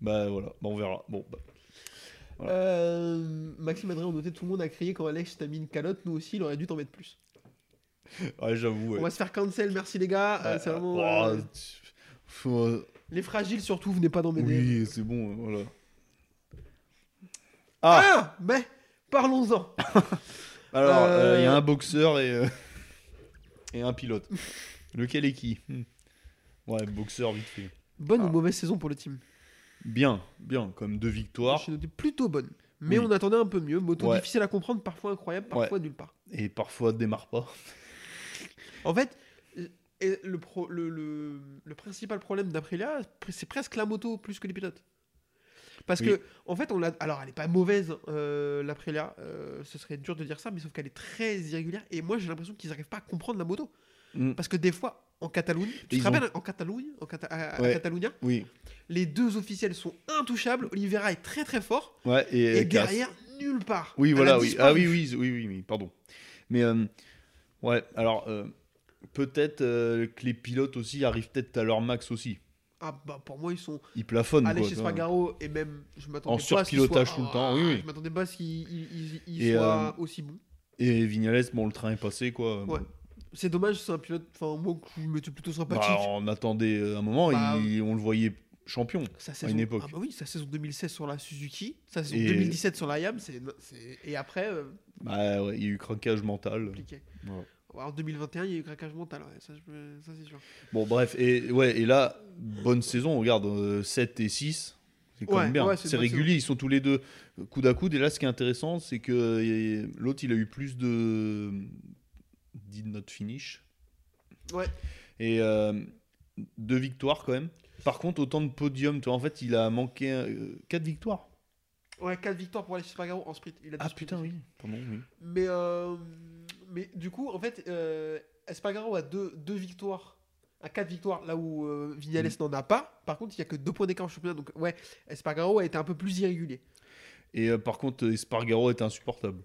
[SPEAKER 2] Bah voilà, Bah, on verra. Bon, bah, Voilà.
[SPEAKER 8] Euh, Maxime Adrien, on notait tout le monde a crié quand Alex t'a mis une calotte. Nous aussi, il aurait dû t'en mettre plus.
[SPEAKER 2] Ouais, j'avoue. ouais.
[SPEAKER 8] On va se faire cancel, merci les gars. Euh,
[SPEAKER 2] Ouais,
[SPEAKER 8] c'est vraiment.
[SPEAKER 2] oh,
[SPEAKER 8] euh,
[SPEAKER 2] tu- faut, euh,
[SPEAKER 8] Les fragiles surtout, venez pas dans mes DM.
[SPEAKER 2] oui, c'est bon, euh, voilà. Ah,
[SPEAKER 8] Ah, mais parlons-en.
[SPEAKER 2] alors, il
[SPEAKER 8] euh,
[SPEAKER 2] y a un boxeur et, euh, et
[SPEAKER 8] (laughs)
[SPEAKER 2] un pilote. Lequel est qui Hmm. Ouais, boxeur, vite fait.
[SPEAKER 8] Bonne ou
[SPEAKER 2] Ah.
[SPEAKER 8] mauvaise saison pour le team
[SPEAKER 2] Bien, bien, comme deux victoires.
[SPEAKER 8] J'ai noté plutôt bonne. Mais
[SPEAKER 2] Oui.
[SPEAKER 8] on attendait un peu mieux. Moto
[SPEAKER 2] Ouais.
[SPEAKER 8] difficile à comprendre, parfois incroyable, parfois nulle part.
[SPEAKER 2] Et parfois, démarre pas.
[SPEAKER 8] En fait, euh, et le, pro- le, le- le principal problème d'Aprilia, c'est presque la moto plus que les pilotes. Parce
[SPEAKER 2] Oui.
[SPEAKER 8] que, en fait, on l'a. Alors, elle est pas mauvaise, euh, l'Aprilia. euh, ce serait dur de dire ça, mais sauf qu'elle est très irrégulière. Et moi, j'ai l'impression qu'ils n'arrivent pas à comprendre la moto.
[SPEAKER 2] Mm.
[SPEAKER 8] Parce que des fois, en Catalogne, tu
[SPEAKER 2] Ils
[SPEAKER 8] te
[SPEAKER 2] ont-
[SPEAKER 8] rappelles, en Catalogne, en Cata- à- à
[SPEAKER 2] Ouais.
[SPEAKER 8] Catalunya,
[SPEAKER 2] Oui.
[SPEAKER 8] les deux officiels sont intouchables. Oliveira est très très fort.
[SPEAKER 2] Ouais, et,
[SPEAKER 8] Et,
[SPEAKER 2] euh, casse.
[SPEAKER 8] derrière, nulle part.
[SPEAKER 2] Oui,
[SPEAKER 8] Elle a
[SPEAKER 2] voilà, oui.
[SPEAKER 8] disparu.
[SPEAKER 2] Ah oui, oui, oui, oui, oui, pardon. Mais euh, ouais, alors euh, peut-être euh, que les pilotes aussi arrivent peut-être à leur max aussi.
[SPEAKER 8] Ah bah pour moi, ils sont.
[SPEAKER 2] Ils plafonnent.
[SPEAKER 8] Aller
[SPEAKER 2] quoi,
[SPEAKER 8] chez
[SPEAKER 2] tu vois.
[SPEAKER 8] Spargaro et même je m'attendais
[SPEAKER 2] En
[SPEAKER 8] pas à ce qu'il
[SPEAKER 2] surpilotage
[SPEAKER 8] soit-
[SPEAKER 2] tout le temps, oui, oui.
[SPEAKER 8] Je m'attendais pas à ce qu'il il- il- il
[SPEAKER 2] Et, euh,
[SPEAKER 8] soit aussi bon.
[SPEAKER 2] Et Vignales, bon, le train est passé, quoi.
[SPEAKER 8] Ouais. C'est dommage, c'est un pilote. Enfin, moi, que je m'étais plutôt
[SPEAKER 2] Bah,
[SPEAKER 8] sympathique.
[SPEAKER 2] on attendait euh, un moment,
[SPEAKER 8] Bah,
[SPEAKER 2] il- on le voyait champion.
[SPEAKER 8] sa saison,
[SPEAKER 2] une époque.
[SPEAKER 8] Ah bah oui, sa saison 2016 sur la Suzuki, sa saison
[SPEAKER 2] Et-
[SPEAKER 8] 2017 sur la Yam, c'est, c'est- et après, euh,
[SPEAKER 2] Bah ouais, il y a eu craquage mental.
[SPEAKER 8] compliqué.
[SPEAKER 2] Ouais.
[SPEAKER 8] Alors, en 2021, il y a eu craquage mental, ouais, ça, je peux- ça, c'est sûr.
[SPEAKER 2] Bon, bref, et, ouais, et là, bonne saison, regarde, euh, 7 et 6. C'est quand
[SPEAKER 8] Ouais,
[SPEAKER 2] même bien.
[SPEAKER 8] ouais, c'est une
[SPEAKER 2] c'est
[SPEAKER 8] bonne
[SPEAKER 2] régulier, ils sont tous les deux euh, coude à coude. Et là, ce qui est intéressant, c'est que euh, l'autre, il a eu plus de. Did not finish.
[SPEAKER 8] Ouais.
[SPEAKER 2] Et euh, deux victoires quand même. Par contre, autant de podiums, tu vois, en fait, il a manqué 4 victoires.
[SPEAKER 8] Ouais, 4 victoires pour aller chez Spargaro en sprint. Il a
[SPEAKER 2] Ah
[SPEAKER 8] deux sprints
[SPEAKER 2] putain, oui. Pardon, oui.
[SPEAKER 8] Mais, euh, mais du coup, en fait, euh, Espargaro a deux, deux victoires, à quatre victoires, là où euh, Vignales
[SPEAKER 2] Mm.
[SPEAKER 8] n'en a pas. Par contre, il n'y a que deux points d'écart en championnat. Donc, ouais, Espargaro a été un peu plus irrégulier.
[SPEAKER 2] Et euh, par contre, Espargaro est insupportable.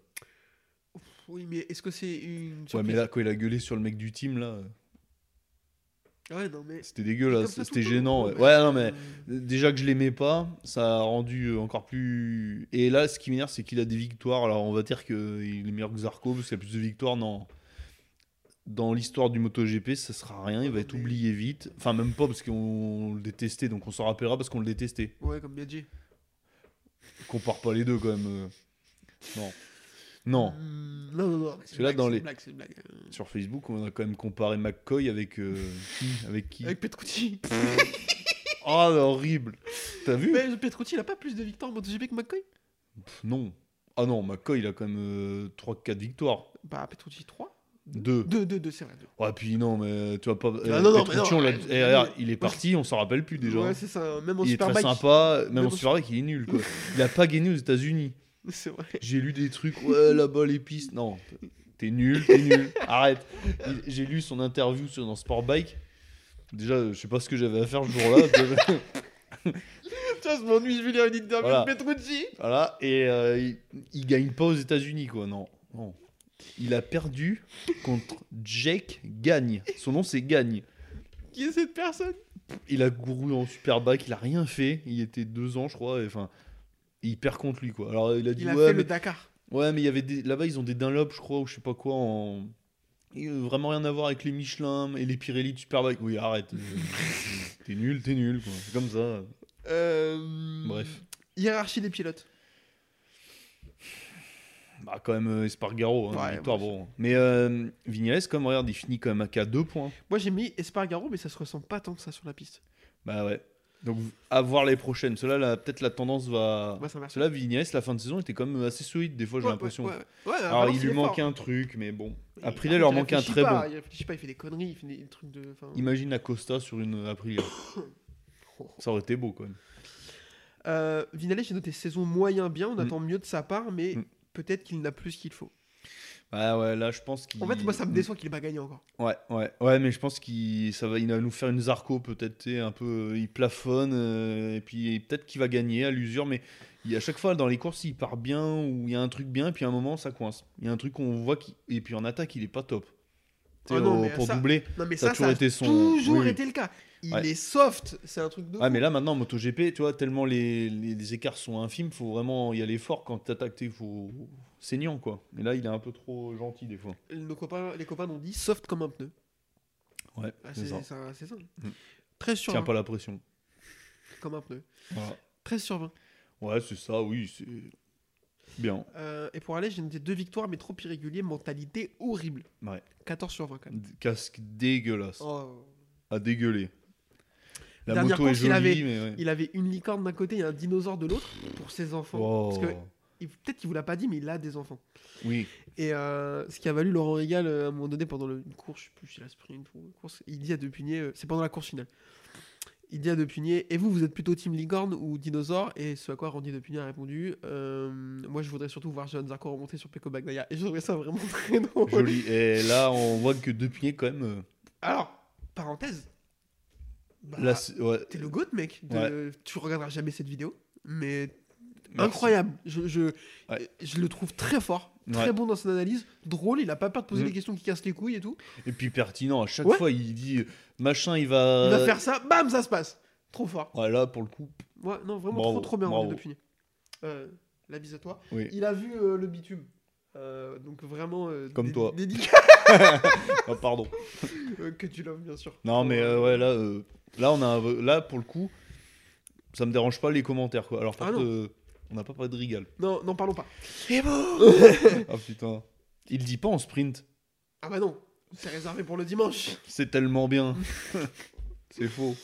[SPEAKER 8] Oui, mais est-ce que c'est une
[SPEAKER 2] Ouais, mais
[SPEAKER 8] surprise
[SPEAKER 2] là, quand il a gueulé sur le mec du team, là, euh,
[SPEAKER 8] Ouais, non, mais...
[SPEAKER 2] c'était
[SPEAKER 8] Comme
[SPEAKER 2] dégueulasse,
[SPEAKER 8] ça tout
[SPEAKER 2] c'était
[SPEAKER 8] le temps,
[SPEAKER 2] gênant.
[SPEAKER 8] quoi.
[SPEAKER 2] Ouais. Ouais, non,
[SPEAKER 8] Euh,
[SPEAKER 2] mais déjà que je l'aimais pas, ça a rendu euh, encore plus. Et là, ce qui m'énerve, c'est qu'il a des victoires. Alors, on va dire qu'il est meilleur que Zarco parce qu'il a plus de victoires. Non. Dans l'histoire du MotoGP, ça sera rien, il va être
[SPEAKER 8] Mais-
[SPEAKER 2] oublié vite. Enfin, même pas parce qu'on le détestait, donc on s'en rappellera parce qu'on le détestait.
[SPEAKER 8] Ouais, comme Biaggi.
[SPEAKER 2] Compare pas les deux quand même. euh. Non. Non.
[SPEAKER 8] Mm, non, non, non. mais c'est
[SPEAKER 2] Celui-là,
[SPEAKER 8] une blague,
[SPEAKER 2] dans
[SPEAKER 8] c'est
[SPEAKER 2] les-
[SPEAKER 8] une blague, c'est une blague. Euh,
[SPEAKER 2] Sur Facebook, on a quand même comparé McCoy
[SPEAKER 8] (laughs)
[SPEAKER 2] avec euh, qui Avec qui
[SPEAKER 8] Avec Petrucci. (laughs)
[SPEAKER 2] Oh, c'est horrible. T'as vu
[SPEAKER 8] mais Petrucci, il a pas plus de victoires en MotoGP que McCoy
[SPEAKER 2] Pff, Non. Ah non, McCoy, il a quand même 3-4 victoires.
[SPEAKER 8] Bah, Petrucci 3.
[SPEAKER 2] 2.
[SPEAKER 8] Deux, deux, deux, c'est vrai. deux.
[SPEAKER 2] Ouais, puis non, mais tu vas pas.
[SPEAKER 8] Ah non, non,
[SPEAKER 2] Petrucci,
[SPEAKER 8] mais non.
[SPEAKER 2] on l'a-
[SPEAKER 8] Ouais,
[SPEAKER 2] eh,
[SPEAKER 8] ouais.
[SPEAKER 2] regarde, il est parti, on s'en rappelle plus déjà.
[SPEAKER 8] Ouais, c'est ça. Même en
[SPEAKER 2] il est très
[SPEAKER 8] Superbike.
[SPEAKER 2] sympa, même
[SPEAKER 8] Même
[SPEAKER 2] en
[SPEAKER 8] au-
[SPEAKER 2] Superbike, il est nul quoi. Il a pas gagné aux États-Unis.
[SPEAKER 8] (laughs) C'est vrai.
[SPEAKER 2] J'ai lu des trucs,
[SPEAKER 8] (laughs)
[SPEAKER 2] ouais, là-bas les pistes. Non, t'es nul, t'es nul, arrête. Il- J'ai lu son interview sur, dans Sportbike. Déjà, euh, je sais pas ce que j'avais à faire ce jour-là.
[SPEAKER 8] Putain, je m'ennuie, je vais lire une interview
[SPEAKER 2] Voilà.
[SPEAKER 8] de Petrucci.
[SPEAKER 2] voilà, et euh, il, il gagne pas aux États-Unis quoi, non. non. Il a perdu contre Jake Gagne. Son nom c'est Gagne.
[SPEAKER 8] Qui est cette personne
[SPEAKER 2] il a couru en superbike, il a rien fait. Il était deux ans, je crois. et Enfin, il perd contre lui, quoi. Alors il a dit
[SPEAKER 8] Il a
[SPEAKER 2] ouais,
[SPEAKER 8] fait
[SPEAKER 2] mais,
[SPEAKER 8] le Dakar.
[SPEAKER 2] ouais, mais il y avait des... là-bas ils ont des Dunlop, je crois, ou je sais pas quoi. En... Et, euh, vraiment rien à voir avec les Michelin et les Pirelli de superbike. Oui, arrête. euh, t'es nul, t'es nul, quoi. C'est comme ça.
[SPEAKER 8] Euh,
[SPEAKER 2] Bref.
[SPEAKER 8] Hiérarchie des pilotes.
[SPEAKER 2] Bah quand même euh, Espargaro, hein,
[SPEAKER 8] Ouais,
[SPEAKER 2] victoire,
[SPEAKER 8] ouais.
[SPEAKER 2] bon. Mais euh, Vignales, comme regarde, il finit quand même à qu'à deux points.
[SPEAKER 8] Moi j'ai mis Espargaro, mais ça se ressemble pas tant que ça sur la piste.
[SPEAKER 2] Bah ouais. Donc à voir les prochaines. Cela, là, peut-être la tendance va.
[SPEAKER 8] Moi ça marche.
[SPEAKER 2] Cela, Vignales, la fin de saison était quand même assez solide. Des fois, Ah. j'ai
[SPEAKER 8] Ouais,
[SPEAKER 2] l'impression.
[SPEAKER 8] ouais, ouais. Ouais,
[SPEAKER 2] Alors,
[SPEAKER 8] Valence,
[SPEAKER 2] il lui
[SPEAKER 8] est fort.
[SPEAKER 2] manquait un truc, mais bon.
[SPEAKER 8] Il-
[SPEAKER 2] Aprilia
[SPEAKER 8] par
[SPEAKER 2] leur
[SPEAKER 8] contre, il
[SPEAKER 2] manquait un
[SPEAKER 8] réfléchit
[SPEAKER 2] très
[SPEAKER 8] pas,
[SPEAKER 2] bon.
[SPEAKER 8] Il réfléchit pas, il fait des conneries, il fait des, des trucs de. enfin,
[SPEAKER 2] Imagine Acosta sur
[SPEAKER 8] (coughs)
[SPEAKER 2] une Aprilia. Ça aurait été beau, quand même.
[SPEAKER 8] Euh, Vinales, j'ai noté saison moyen bien, on
[SPEAKER 2] Mm.
[SPEAKER 8] attend mieux de sa part, mais
[SPEAKER 2] Mm.
[SPEAKER 8] peut-être qu'il n'a plus ce qu'il faut.
[SPEAKER 2] Bah ouais, là, je pense qu'il.
[SPEAKER 8] En fait, moi ça me déçoit qu'il ait pas gagné encore.
[SPEAKER 2] Ouais, ouais, ouais, mais je pense qu'il ça va, il va nous faire une Zarco, peut-être, tu sais, un peu. Il plafonne, euh, et puis peut-être qu'il va gagner à l'usure, mais il, à chaque fois, dans les courses, il part bien, ou il y a un truc bien, et puis à un moment, ça coince. Il y a un truc qu'on voit, qui... et puis en attaque, il est pas top. tu
[SPEAKER 8] Ah
[SPEAKER 2] sais,
[SPEAKER 8] non,
[SPEAKER 2] au-
[SPEAKER 8] mais
[SPEAKER 2] pour
[SPEAKER 8] ça-
[SPEAKER 2] doubler.
[SPEAKER 8] Non, mais
[SPEAKER 2] Ça a
[SPEAKER 8] ça, ça
[SPEAKER 2] toujours
[SPEAKER 8] a
[SPEAKER 2] été son-
[SPEAKER 8] toujours
[SPEAKER 2] oui, oui.
[SPEAKER 8] été le cas. Il
[SPEAKER 2] Ouais.
[SPEAKER 8] est soft, c'est un truc de.
[SPEAKER 2] Ah,
[SPEAKER 8] fou.
[SPEAKER 2] mais là, maintenant, en MotoGP, tu vois, tellement les, les, les écarts sont infimes, faut vraiment y aller fort quand t'attaques, t'es faut... saignant, quoi. Et là, il est un peu trop gentil, des fois.
[SPEAKER 8] Nos copains, les copains ont dit soft comme un pneu.
[SPEAKER 2] Ouais,
[SPEAKER 8] Ah,
[SPEAKER 2] c'est
[SPEAKER 8] c'est hein.
[SPEAKER 2] ça.
[SPEAKER 8] ça.
[SPEAKER 2] Mm.
[SPEAKER 8] c'est ça. 13 sur
[SPEAKER 2] Tiens
[SPEAKER 8] 20,
[SPEAKER 2] pas la pression.
[SPEAKER 8] comme un pneu.
[SPEAKER 2] Voilà.
[SPEAKER 8] 13 sur 20.
[SPEAKER 2] Ouais, c'est ça, oui, c'est bien.
[SPEAKER 8] Euh, et pour aller, j'ai noté deux victoires, mais trop irrégulier, mentalité horrible.
[SPEAKER 2] Ouais.
[SPEAKER 8] 14 sur 20 quand même.
[SPEAKER 2] D- Casque dégueulasse,
[SPEAKER 8] Oh.
[SPEAKER 2] à dégueuler. La
[SPEAKER 8] Dernière
[SPEAKER 2] moto est
[SPEAKER 8] course, il
[SPEAKER 2] jolie,
[SPEAKER 8] avait-
[SPEAKER 2] mais ouais.
[SPEAKER 8] Il avait une licorne d'un côté et un dinosaure de l'autre pour ses enfants.
[SPEAKER 2] Wow.
[SPEAKER 8] Parce que il- peut-être qu'il vous l'a pas dit, mais il a des enfants.
[SPEAKER 2] Oui,
[SPEAKER 8] Et euh, ce qui a valu Laurent Régal euh, à un moment donné pendant le- une course, je sais plus si c'est la sprint ou une course, il dit à Depugnier, euh, c'est pendant la course finale. Il dit à Depugnier, et vous, vous êtes plutôt team licorne ou dinosaure Et ce à quoi Randy Depugnier a répondu, Euh, moi je voudrais surtout voir Johan Zarco remonter sur Peko Bagnaia. Et je trouvais ça vraiment (laughs) très drôle.
[SPEAKER 2] joli. Et là, on voit que Depugné, quand même... euh,
[SPEAKER 8] Alors, parenthèse, bah,
[SPEAKER 2] là, c'est- ouais,
[SPEAKER 8] t'es le goat, mec. de- Tu regarderas jamais cette vidéo, mais
[SPEAKER 2] merci.
[SPEAKER 8] incroyable. Je, je,
[SPEAKER 2] Ouais.
[SPEAKER 8] je le trouve très fort, très
[SPEAKER 2] Ouais.
[SPEAKER 8] bon dans son analyse, drôle, il a pas peur de poser
[SPEAKER 2] Mm.
[SPEAKER 8] des questions qui cassent les couilles et tout.
[SPEAKER 2] Et puis pertinent, à chaque
[SPEAKER 8] Ouais.
[SPEAKER 2] fois, il dit, euh, machin, il
[SPEAKER 8] Il
[SPEAKER 2] va...
[SPEAKER 8] va faire ça, bam, ça se passe. Trop fort.
[SPEAKER 2] Ouais, là, pour le coup,
[SPEAKER 8] Ouais, non, vraiment
[SPEAKER 2] Bravo,
[SPEAKER 8] trop trop bien
[SPEAKER 2] bravo.
[SPEAKER 8] Randy Depugné. Euh, la bise à toi.
[SPEAKER 2] oui.
[SPEAKER 8] Il a vu euh, le bitume. Euh, donc vraiment euh,
[SPEAKER 2] Comme
[SPEAKER 8] dé-
[SPEAKER 2] toi.
[SPEAKER 8] dédicace,
[SPEAKER 2] Ah, pardon.
[SPEAKER 8] euh, que tu l'aimes bien sûr
[SPEAKER 2] Non, mais euh, ouais, là, euh, là, on a un- là, pour le coup, ça me dérange pas les commentaires, quoi. Alors, par
[SPEAKER 8] Ah
[SPEAKER 2] contre,
[SPEAKER 8] non.
[SPEAKER 2] euh, on n'a pas pas de Rigal.
[SPEAKER 8] non n'en parlons pas
[SPEAKER 2] Ah putain. Il dit pas en sprint.
[SPEAKER 8] ah bah non c'est réservé pour le dimanche
[SPEAKER 2] C'est tellement bien. (laughs) C'est faux.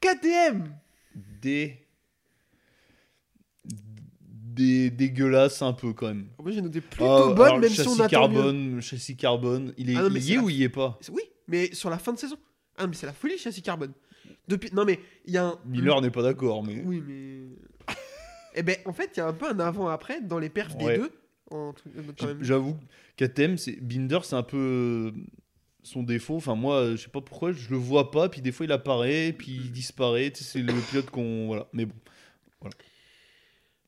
[SPEAKER 8] KTM
[SPEAKER 2] Des... Des dégueulasses un peu, quand même.
[SPEAKER 8] Moi j'ai noté
[SPEAKER 2] Ah,
[SPEAKER 8] plutôt
[SPEAKER 2] alors,
[SPEAKER 8] bonne,
[SPEAKER 2] le
[SPEAKER 8] même si
[SPEAKER 2] châssis
[SPEAKER 8] on attend mieux.
[SPEAKER 2] carbone, le Châssis carbone, il est,
[SPEAKER 8] Ah non, mais
[SPEAKER 2] il y
[SPEAKER 8] c'est
[SPEAKER 2] est
[SPEAKER 8] la-
[SPEAKER 2] ou il y est pas
[SPEAKER 8] Oui, mais sur la fin de saison. Ah mais c'est la folie le châssis carbone. Depuis, non mais il y a un.
[SPEAKER 2] Miller n'est pas d'accord, mais...
[SPEAKER 8] Oui mais. (laughs) eh ben en fait il y a un peu un avant après dans les perfs
[SPEAKER 2] Ouais.
[SPEAKER 8] des deux. En... truc- euh, quand
[SPEAKER 2] J'ai-
[SPEAKER 8] même.
[SPEAKER 2] J'avoue, KTM, c'est Binder, c'est un peu euh, son défaut. Enfin, moi, euh, je sais pas pourquoi, je le vois pas. Puis des fois, il apparaît, puis il disparaît. Tu sais, c'est le pilote qu'on. Voilà. Mais bon,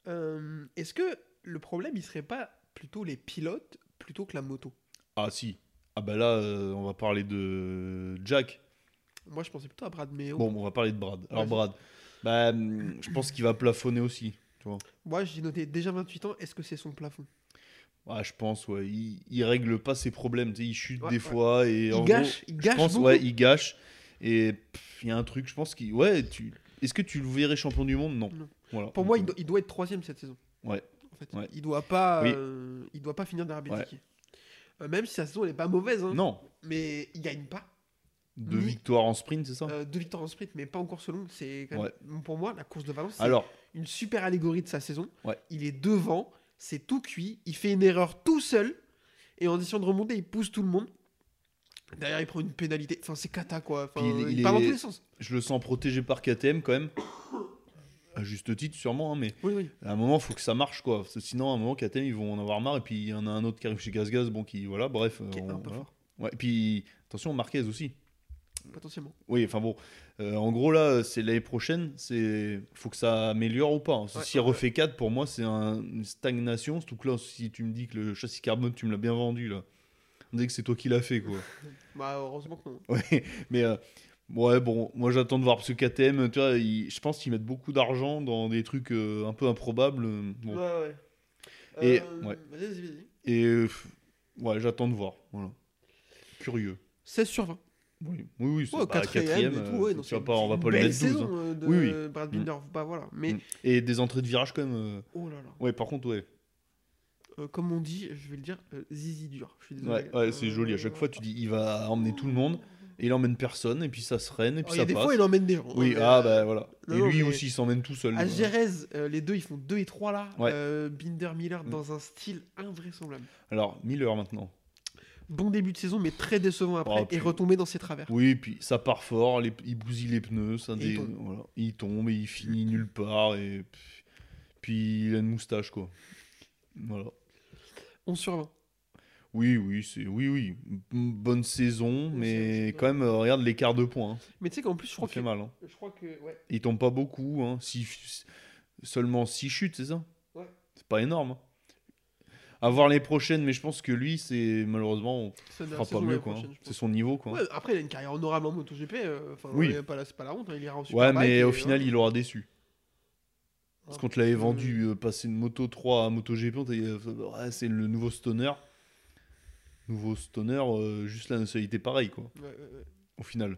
[SPEAKER 8] Euh, Est-ce que le problème il serait pas plutôt les pilotes plutôt que la moto
[SPEAKER 2] ah si. Ah bah là, euh, on va parler de Jack.
[SPEAKER 8] Moi je pensais plutôt à Brad Meo.
[SPEAKER 2] Bon, on va parler de Brad. Alors,
[SPEAKER 8] Vas-y.
[SPEAKER 2] Brad, bah, hum, je pense qu'il va plafonner aussi.
[SPEAKER 8] Moi j'ai noté déjà 28 ans. Est-ce que c'est son plafond
[SPEAKER 2] Ah, je pense, ouais. Il, il règle pas ses problèmes. Tu sais, il chute
[SPEAKER 8] Ouais,
[SPEAKER 2] des
[SPEAKER 8] ouais.
[SPEAKER 2] fois. Et
[SPEAKER 8] Il
[SPEAKER 2] en
[SPEAKER 8] gâche,
[SPEAKER 2] gros,
[SPEAKER 8] il
[SPEAKER 2] je
[SPEAKER 8] gâche
[SPEAKER 2] pense,
[SPEAKER 8] beaucoup.
[SPEAKER 2] ouais, il gâche. Et pff, il y a un truc, je pense qu'il. Ouais, tu. Est-ce que tu le verrais champion du monde Non.
[SPEAKER 8] Non.
[SPEAKER 2] Voilà.
[SPEAKER 8] Pour moi il, doit- il doit être troisième cette saison.
[SPEAKER 2] Mm. Ouais.
[SPEAKER 8] En fait,
[SPEAKER 2] Ouais.
[SPEAKER 8] il doit pas,
[SPEAKER 2] Oui.
[SPEAKER 8] euh, il doit pas finir derrière
[SPEAKER 2] Ouais.
[SPEAKER 8] Betichi. Euh, même si sa saison elle est pas mauvaise. hein.
[SPEAKER 2] Non,
[SPEAKER 8] mais il gagne pas.
[SPEAKER 2] Deux
[SPEAKER 8] Ni-
[SPEAKER 2] victoires en sprint, c'est ça
[SPEAKER 8] Euh, deux victoires en sprint, mais pas en course longue. C'est quand même- pour moi la course de Valence. c'est
[SPEAKER 2] Alors,
[SPEAKER 8] une super allégorie de sa saison.
[SPEAKER 2] Ouais.
[SPEAKER 8] Il est devant, c'est tout cuit, il fait une erreur tout seul et en essayant de remonter, il pousse tout le monde. Derrière, il prend une pénalité. Enfin, c'est cata quoi. Enfin,
[SPEAKER 2] Puis il est-
[SPEAKER 8] il,
[SPEAKER 2] il
[SPEAKER 8] part dans
[SPEAKER 2] est-
[SPEAKER 8] tous les sens.
[SPEAKER 2] je le sens protégé par KTM quand même. À juste titre, sûrement, hein, mais
[SPEAKER 8] Oui, oui.
[SPEAKER 2] à un moment, il faut que ça marche, quoi. Parce que Sinon, à un moment, KTM, ils vont en avoir marre. Et puis, il y en a un autre qui arrive chez GazGaz, bon, qui, voilà, bref.
[SPEAKER 8] Qui est
[SPEAKER 2] on-
[SPEAKER 8] un peu
[SPEAKER 2] voilà. Ouais, et puis, attention, Marquez aussi.
[SPEAKER 8] Potentiellement.
[SPEAKER 2] Oui, enfin bon, euh, en gros, là, c'est l'année prochaine, c'est faut que ça améliore ou pas. hein.
[SPEAKER 8] Ouais,
[SPEAKER 2] S'il refait 4, pour moi, c'est un- une stagnation. Surtout que là, si tu me dis que le châssis carbone, tu me l'as bien vendu, là. On dirait que c'est toi qui l'as fait, quoi.
[SPEAKER 8] (laughs) Bah, heureusement que non.
[SPEAKER 2] Ouais, mais euh, ouais, bon, moi j'attends de voir parce que KTM, tu vois, ils- je pense qu'ils mettent beaucoup d'argent dans des trucs euh, un peu improbables. euh, bon.
[SPEAKER 8] Ouais, ouais.
[SPEAKER 2] Et-
[SPEAKER 8] Euh,
[SPEAKER 2] ouais.
[SPEAKER 8] vas-y, vas-y, vas-y.
[SPEAKER 2] Et euh, pff, ouais, j'attends de voir. Voilà. Curieux.
[SPEAKER 8] 16 sur 20.
[SPEAKER 2] Oui, oui, oui c'est
[SPEAKER 8] Ouais,
[SPEAKER 2] pas
[SPEAKER 8] quatrième et
[SPEAKER 2] quatrième,
[SPEAKER 8] tout.
[SPEAKER 2] euh,
[SPEAKER 8] Ouais,
[SPEAKER 2] tu
[SPEAKER 8] non,
[SPEAKER 2] vas
[SPEAKER 8] c'est une-
[SPEAKER 2] pas- on va
[SPEAKER 8] c'est
[SPEAKER 2] pas
[SPEAKER 8] une
[SPEAKER 2] les
[SPEAKER 8] belle
[SPEAKER 2] mettre 12. hein.
[SPEAKER 8] saison, euh, de
[SPEAKER 2] Oui,
[SPEAKER 8] Brad Binder. Bah voilà. Mais
[SPEAKER 2] Mm. Et des entrées de virage quand même. euh,
[SPEAKER 8] oh là là.
[SPEAKER 2] Ouais, par contre, ouais.
[SPEAKER 8] Euh, comme on dit, je vais le dire, euh, zizi dur. Je suis désolé. Euh,
[SPEAKER 2] Ouais, ouais, c'est joli. À chaque fois, tu dis, il va emmener tout le monde. Et il emmène personne, et puis ça se règne, et
[SPEAKER 8] oh,
[SPEAKER 2] puis
[SPEAKER 8] Il y
[SPEAKER 2] ça
[SPEAKER 8] a des
[SPEAKER 2] passe.
[SPEAKER 8] fois, il emmène des gens.
[SPEAKER 2] Oui,
[SPEAKER 8] Euh,
[SPEAKER 2] ah bah voilà.
[SPEAKER 8] non,
[SPEAKER 2] et
[SPEAKER 8] non,
[SPEAKER 2] lui
[SPEAKER 8] mais-
[SPEAKER 2] aussi, il s'emmène tout seul.
[SPEAKER 8] À
[SPEAKER 2] voilà.
[SPEAKER 8] Jerez, euh, les deux, ils font 2 et 3 là.
[SPEAKER 2] Ouais.
[SPEAKER 8] Euh, Binder, Miller,
[SPEAKER 2] Mm.
[SPEAKER 8] dans un style invraisemblable.
[SPEAKER 2] Alors, Miller maintenant.
[SPEAKER 8] Bon début de saison, mais très décevant après.
[SPEAKER 2] Oh,
[SPEAKER 8] et
[SPEAKER 2] puis-
[SPEAKER 8] retombé dans ses travers.
[SPEAKER 2] Oui, et puis ça part fort, les, il bousille les pneus, ça
[SPEAKER 8] Et il
[SPEAKER 2] dé-
[SPEAKER 8] tombe.
[SPEAKER 2] voilà. il tombe et il finit nulle part, et puis- puis il a une moustache, quoi. Voilà.
[SPEAKER 8] 11 sur 20.
[SPEAKER 2] Oui, oui, c'est oui, oui, M- bonne saison, mais
[SPEAKER 8] c'est-
[SPEAKER 2] quand même, euh, regarde l'écart de points, hein.
[SPEAKER 8] Mais tu sais qu'en plus, je
[SPEAKER 2] ça
[SPEAKER 8] crois
[SPEAKER 2] fait
[SPEAKER 8] que.
[SPEAKER 2] mal. hein.
[SPEAKER 8] Je crois que. Ouais.
[SPEAKER 2] Il tombe pas beaucoup, hein. Six- seulement 6 chutes, c'est ça
[SPEAKER 8] Ouais.
[SPEAKER 2] C'est pas énorme. hein. À voir les prochaines, mais je pense que lui, c'est malheureusement, on
[SPEAKER 8] Ça
[SPEAKER 2] fera pas mieux. quoi. hein. C'est son niveau. quoi.
[SPEAKER 8] Ouais, après, il a une carrière honorable en MotoGP. euh, Enfin,
[SPEAKER 2] Oui.
[SPEAKER 8] ouais, pas la- c'est pas la honte. hein, Il ira en
[SPEAKER 2] Ouais,
[SPEAKER 8] Superbike
[SPEAKER 2] mais
[SPEAKER 8] et,
[SPEAKER 2] au
[SPEAKER 8] euh,
[SPEAKER 2] final, il aura déçu. Parce qu'on te l'avait
[SPEAKER 8] Euh,
[SPEAKER 2] vendu, euh, passer de Moto 3 à Moto GP, on t'a dit, euh, ouais, c'est le nouveau stoner. Nouveau stoner, euh, juste la nationalité pareille, quoi,
[SPEAKER 8] ouais, ouais, ouais.
[SPEAKER 2] au final.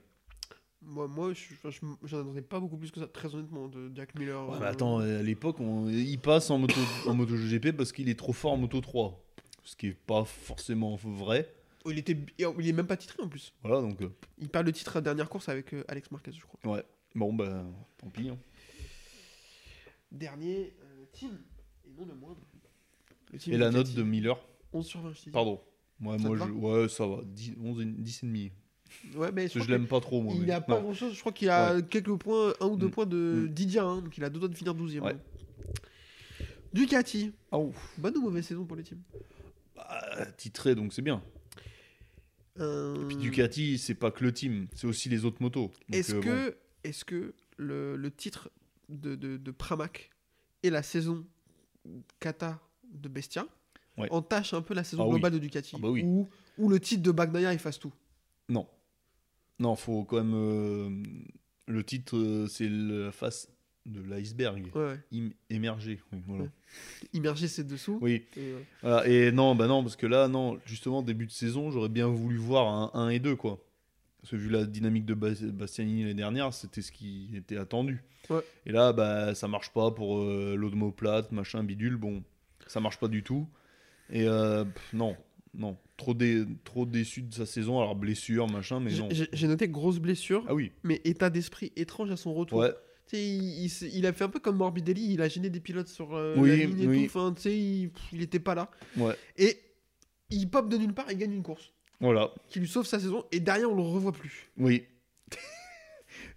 [SPEAKER 8] Moi, moi je- je- je- j'en attendais pas beaucoup plus que ça, très honnêtement, de Jack Miller.
[SPEAKER 2] Ouais,
[SPEAKER 8] euh,
[SPEAKER 2] mais attends, euh, à l'époque, on- il passe en moto, en moto GP parce qu'il est trop fort en moto 3. Ce qui est pas forcément vrai.
[SPEAKER 8] Il, était... il est même pas titré en plus.
[SPEAKER 2] Voilà, donc, euh,
[SPEAKER 8] Il perd le titre à la dernière course avec euh, Alex Marquez, je crois.
[SPEAKER 2] bon, bah, tant pis. hein.
[SPEAKER 8] Dernier euh, team, et non le moindre. Le team
[SPEAKER 2] Et la note
[SPEAKER 8] Ducati,
[SPEAKER 2] de Miller
[SPEAKER 8] 11 sur 20, je te dis.
[SPEAKER 2] Pardon. Ouais,
[SPEAKER 8] Ça
[SPEAKER 2] moi,
[SPEAKER 8] te
[SPEAKER 2] je, ouais, ça va. 10, 11 et- 10 et demi.
[SPEAKER 8] Ouais, mais
[SPEAKER 2] Parce que
[SPEAKER 8] crois
[SPEAKER 2] je l'aime pas trop, moi.
[SPEAKER 8] Il
[SPEAKER 2] mais-
[SPEAKER 8] a pas
[SPEAKER 2] non.
[SPEAKER 8] grand chose, je crois qu'il a quelques points, un ou deux
[SPEAKER 2] Mm.
[SPEAKER 8] points de
[SPEAKER 2] Mm.
[SPEAKER 8] Didier, hein, donc il a deux doigts de finir 12 e
[SPEAKER 2] Ouais.
[SPEAKER 8] Ducati,
[SPEAKER 2] Ah, ouf.
[SPEAKER 8] bonne ou mauvaise saison pour le team
[SPEAKER 2] Bah, titré, donc c'est bien.
[SPEAKER 8] Euh,
[SPEAKER 2] Puis Ducati, c'est pas que le team, c'est aussi les autres motos. Donc,
[SPEAKER 8] Est-ce
[SPEAKER 2] euh, bon.
[SPEAKER 8] que, est que le, le titre de, de, de Pramac et la saison Kata de Bestia
[SPEAKER 2] Ouais.
[SPEAKER 8] entachent un peu la saison
[SPEAKER 2] Ah oui.
[SPEAKER 8] globale de Ducati
[SPEAKER 2] Ah bah oui.
[SPEAKER 8] où, où le titre de Bagnaia efface tout
[SPEAKER 2] Non. Non, faut quand même. euh, Le titre, euh, c'est la face de l'iceberg.
[SPEAKER 8] ouais, ouais.
[SPEAKER 2] Im- Émergé. Oui, voilà.
[SPEAKER 8] Ouais. Immerger ses dessous.
[SPEAKER 2] Oui,
[SPEAKER 8] Et, euh,
[SPEAKER 2] voilà. et non, bah non, parce que là, non, justement, début de saison, j'aurais bien voulu voir un 1 et 2, quoi. Parce que vu la dynamique de Bas- Bastianini l'année dernière, c'était ce qui était attendu.
[SPEAKER 8] Ouais.
[SPEAKER 2] Et là, bah, ça marche pas pour euh, l'automoplate, machin, bidule, bon, ça marche pas du tout. Et euh, pff, non, non, trop, dé- trop déçu de sa saison, alors blessure, machin, mais
[SPEAKER 8] j'ai-
[SPEAKER 2] non.
[SPEAKER 8] J'ai j'ai noté grosse blessure,
[SPEAKER 2] Ah oui,
[SPEAKER 8] mais état d'esprit étrange à son retour.
[SPEAKER 2] ouais,
[SPEAKER 8] Tu sais, il, il s'est- il a fait un peu comme Morbidelli, il a gêné des pilotes sur euh,
[SPEAKER 2] Oui,
[SPEAKER 8] la ligne et
[SPEAKER 2] oui.
[SPEAKER 8] tout. Enfin, tu sais, il, pff, il était pas là.
[SPEAKER 2] ouais,
[SPEAKER 8] Et il pop de nulle part et gagne une course
[SPEAKER 2] voilà,
[SPEAKER 8] qui lui sauve sa saison. Et derrière, on le revoit plus.
[SPEAKER 2] oui. (laughs)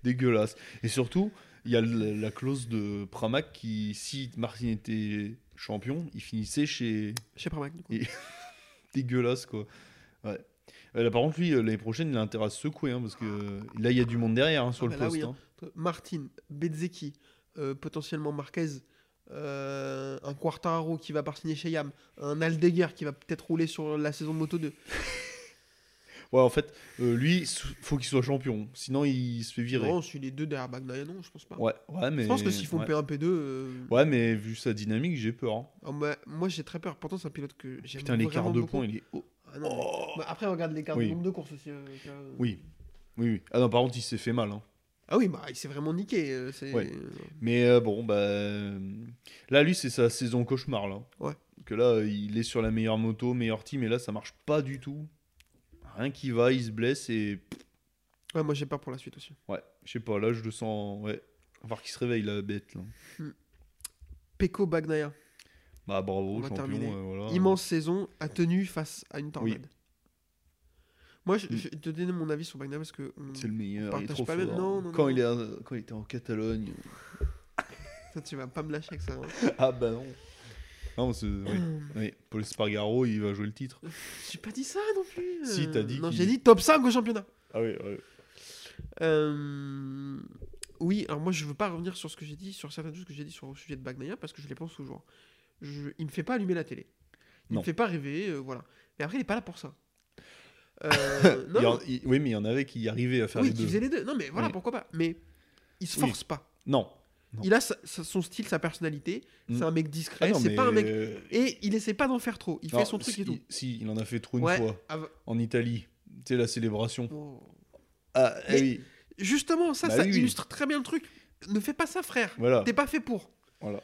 [SPEAKER 2] Dégueulasse. Et surtout, il y a le- la clause de Pramac qui, si Martin était champion, il finissait chez
[SPEAKER 8] Chez Pramac, du coup.
[SPEAKER 2] dégueulasse quoi. Ouais. Euh, Là, par contre, lui, euh, l'année prochaine, il a intérêt à se secouer hein, parce que euh, là, il y a du monde derrière hein, sur
[SPEAKER 8] Ah,
[SPEAKER 2] le
[SPEAKER 8] bah là,
[SPEAKER 2] poste.
[SPEAKER 8] oui,
[SPEAKER 2] hein.
[SPEAKER 8] Martin, Bezzecchi, euh, potentiellement Marquez, euh, un Quartararo qui va par signer chez Yam, un Aldeguer qui va peut-être rouler sur la saison de Moto 2.
[SPEAKER 2] Ouais, en fait, euh, lui, sou- faut qu'il soit champion, sinon il se fait virer.
[SPEAKER 8] Non, suis les deux derrière Bagnaia, non, je pense pas.
[SPEAKER 2] Ouais, ouais, mais.
[SPEAKER 8] Je pense que s'ils font
[SPEAKER 2] ouais.
[SPEAKER 8] P1, P2, euh,
[SPEAKER 2] Ouais, mais vu sa dynamique, j'ai peur. hein.
[SPEAKER 8] oh, bah, moi j'ai très peur. Pourtant, c'est un pilote que j'aime
[SPEAKER 2] Putain, l'écart
[SPEAKER 8] vraiment
[SPEAKER 2] de
[SPEAKER 8] beaucoup.
[SPEAKER 2] points, il est. haut.
[SPEAKER 8] Ah, non, mais-
[SPEAKER 2] Oh.
[SPEAKER 8] Bah, après, regarde l'écart
[SPEAKER 2] Oui.
[SPEAKER 8] du nombre de courses aussi. euh, tu vois.
[SPEAKER 2] Oui. Oui, oui. Ah non, par contre, il s'est fait mal. hein.
[SPEAKER 8] Ah oui, bah, il s'est vraiment niqué. euh, c'est-
[SPEAKER 2] Ouais. Mais euh, bon, bah. euh, Là, lui, c'est sa saison cauchemar, là.
[SPEAKER 8] Ouais.
[SPEAKER 2] Que là, euh, il est sur la meilleure moto, meilleur team, et là, ça marche pas du tout. Rien qui va, il se blesse, et
[SPEAKER 8] Ouais, moi j'ai peur pour la suite aussi.
[SPEAKER 2] Ouais, je sais pas, là je le sens. Ouais, Faut voir qu'il se réveille la bête là.
[SPEAKER 8] Pecco Bagnaia,
[SPEAKER 2] Bah bravo,
[SPEAKER 8] On va
[SPEAKER 2] champion.
[SPEAKER 8] terminer.
[SPEAKER 2] euh, voilà.
[SPEAKER 8] immense saison, a tenu face à une tornade. Moi, je,
[SPEAKER 2] Mm.
[SPEAKER 8] je vais te donner mon avis sur Bagnaia parce que mm, on-
[SPEAKER 2] C'est le meilleur, il est
[SPEAKER 8] Partage
[SPEAKER 2] trop
[SPEAKER 8] pas
[SPEAKER 2] fort.
[SPEAKER 8] le- non, non,
[SPEAKER 2] quand,
[SPEAKER 8] non.
[SPEAKER 2] Il est, euh, quand il était en
[SPEAKER 8] (laughs)
[SPEAKER 2] Catalogne.
[SPEAKER 8] ça, tu vas pas me lâcher avec ça. hein.
[SPEAKER 2] ah bah non. Non, c'est. Oui.
[SPEAKER 8] Ah.
[SPEAKER 2] oui. Paul Spargaro, il va jouer le titre.
[SPEAKER 8] J'ai pas dit ça non plus.
[SPEAKER 2] Si,
[SPEAKER 8] euh,
[SPEAKER 2] t'as dit
[SPEAKER 8] Non,
[SPEAKER 2] qu'il-
[SPEAKER 8] j'ai dit top 5 au championnat.
[SPEAKER 2] Ah oui, ouais.
[SPEAKER 8] Euh, Oui, alors moi je veux pas revenir sur ce que j'ai dit, sur certaines choses que j'ai dit sur le sujet de Bagnaia parce que je les pense toujours. Je... Il me fait pas allumer la télé. Il
[SPEAKER 2] Non.
[SPEAKER 8] me fait pas rêver, euh, voilà. Mais après, il est pas là pour ça.
[SPEAKER 2] (laughs)
[SPEAKER 8] Euh,
[SPEAKER 2] Il y
[SPEAKER 8] non,
[SPEAKER 2] en- il- Oui, mais il y en avait qui arrivaient à faire
[SPEAKER 8] oui,
[SPEAKER 2] les
[SPEAKER 8] qui
[SPEAKER 2] deux.
[SPEAKER 8] faisait les deux. Non, mais voilà,
[SPEAKER 2] Oui.
[SPEAKER 8] pourquoi pas. Mais il se
[SPEAKER 2] Oui.
[SPEAKER 8] force pas.
[SPEAKER 2] Non. Non.
[SPEAKER 8] Il a sa- sa- son style, sa personnalité.
[SPEAKER 2] Mm.
[SPEAKER 8] C'est un mec
[SPEAKER 2] Ah
[SPEAKER 8] discret.
[SPEAKER 2] non,
[SPEAKER 8] Eh, c'est
[SPEAKER 2] mais-
[SPEAKER 8] pas un mec. Et il essaie pas d'en faire trop. Il
[SPEAKER 2] Non,
[SPEAKER 8] fait son truc
[SPEAKER 2] si,
[SPEAKER 8] et tout.
[SPEAKER 2] Si, il en a fait trop une
[SPEAKER 8] Ouais.
[SPEAKER 2] fois
[SPEAKER 8] Ah, va-
[SPEAKER 2] en Italie. Tu sais, la célébration.
[SPEAKER 8] oh.
[SPEAKER 2] Ah, eh
[SPEAKER 8] Mais-
[SPEAKER 2] oui.
[SPEAKER 8] Justement, ça,
[SPEAKER 2] Bah
[SPEAKER 8] ça
[SPEAKER 2] oui, oui.
[SPEAKER 8] illustre très bien le truc. Ne fais pas ça, frère.
[SPEAKER 2] Voilà.
[SPEAKER 8] T'es pas fait pour.
[SPEAKER 2] Voilà.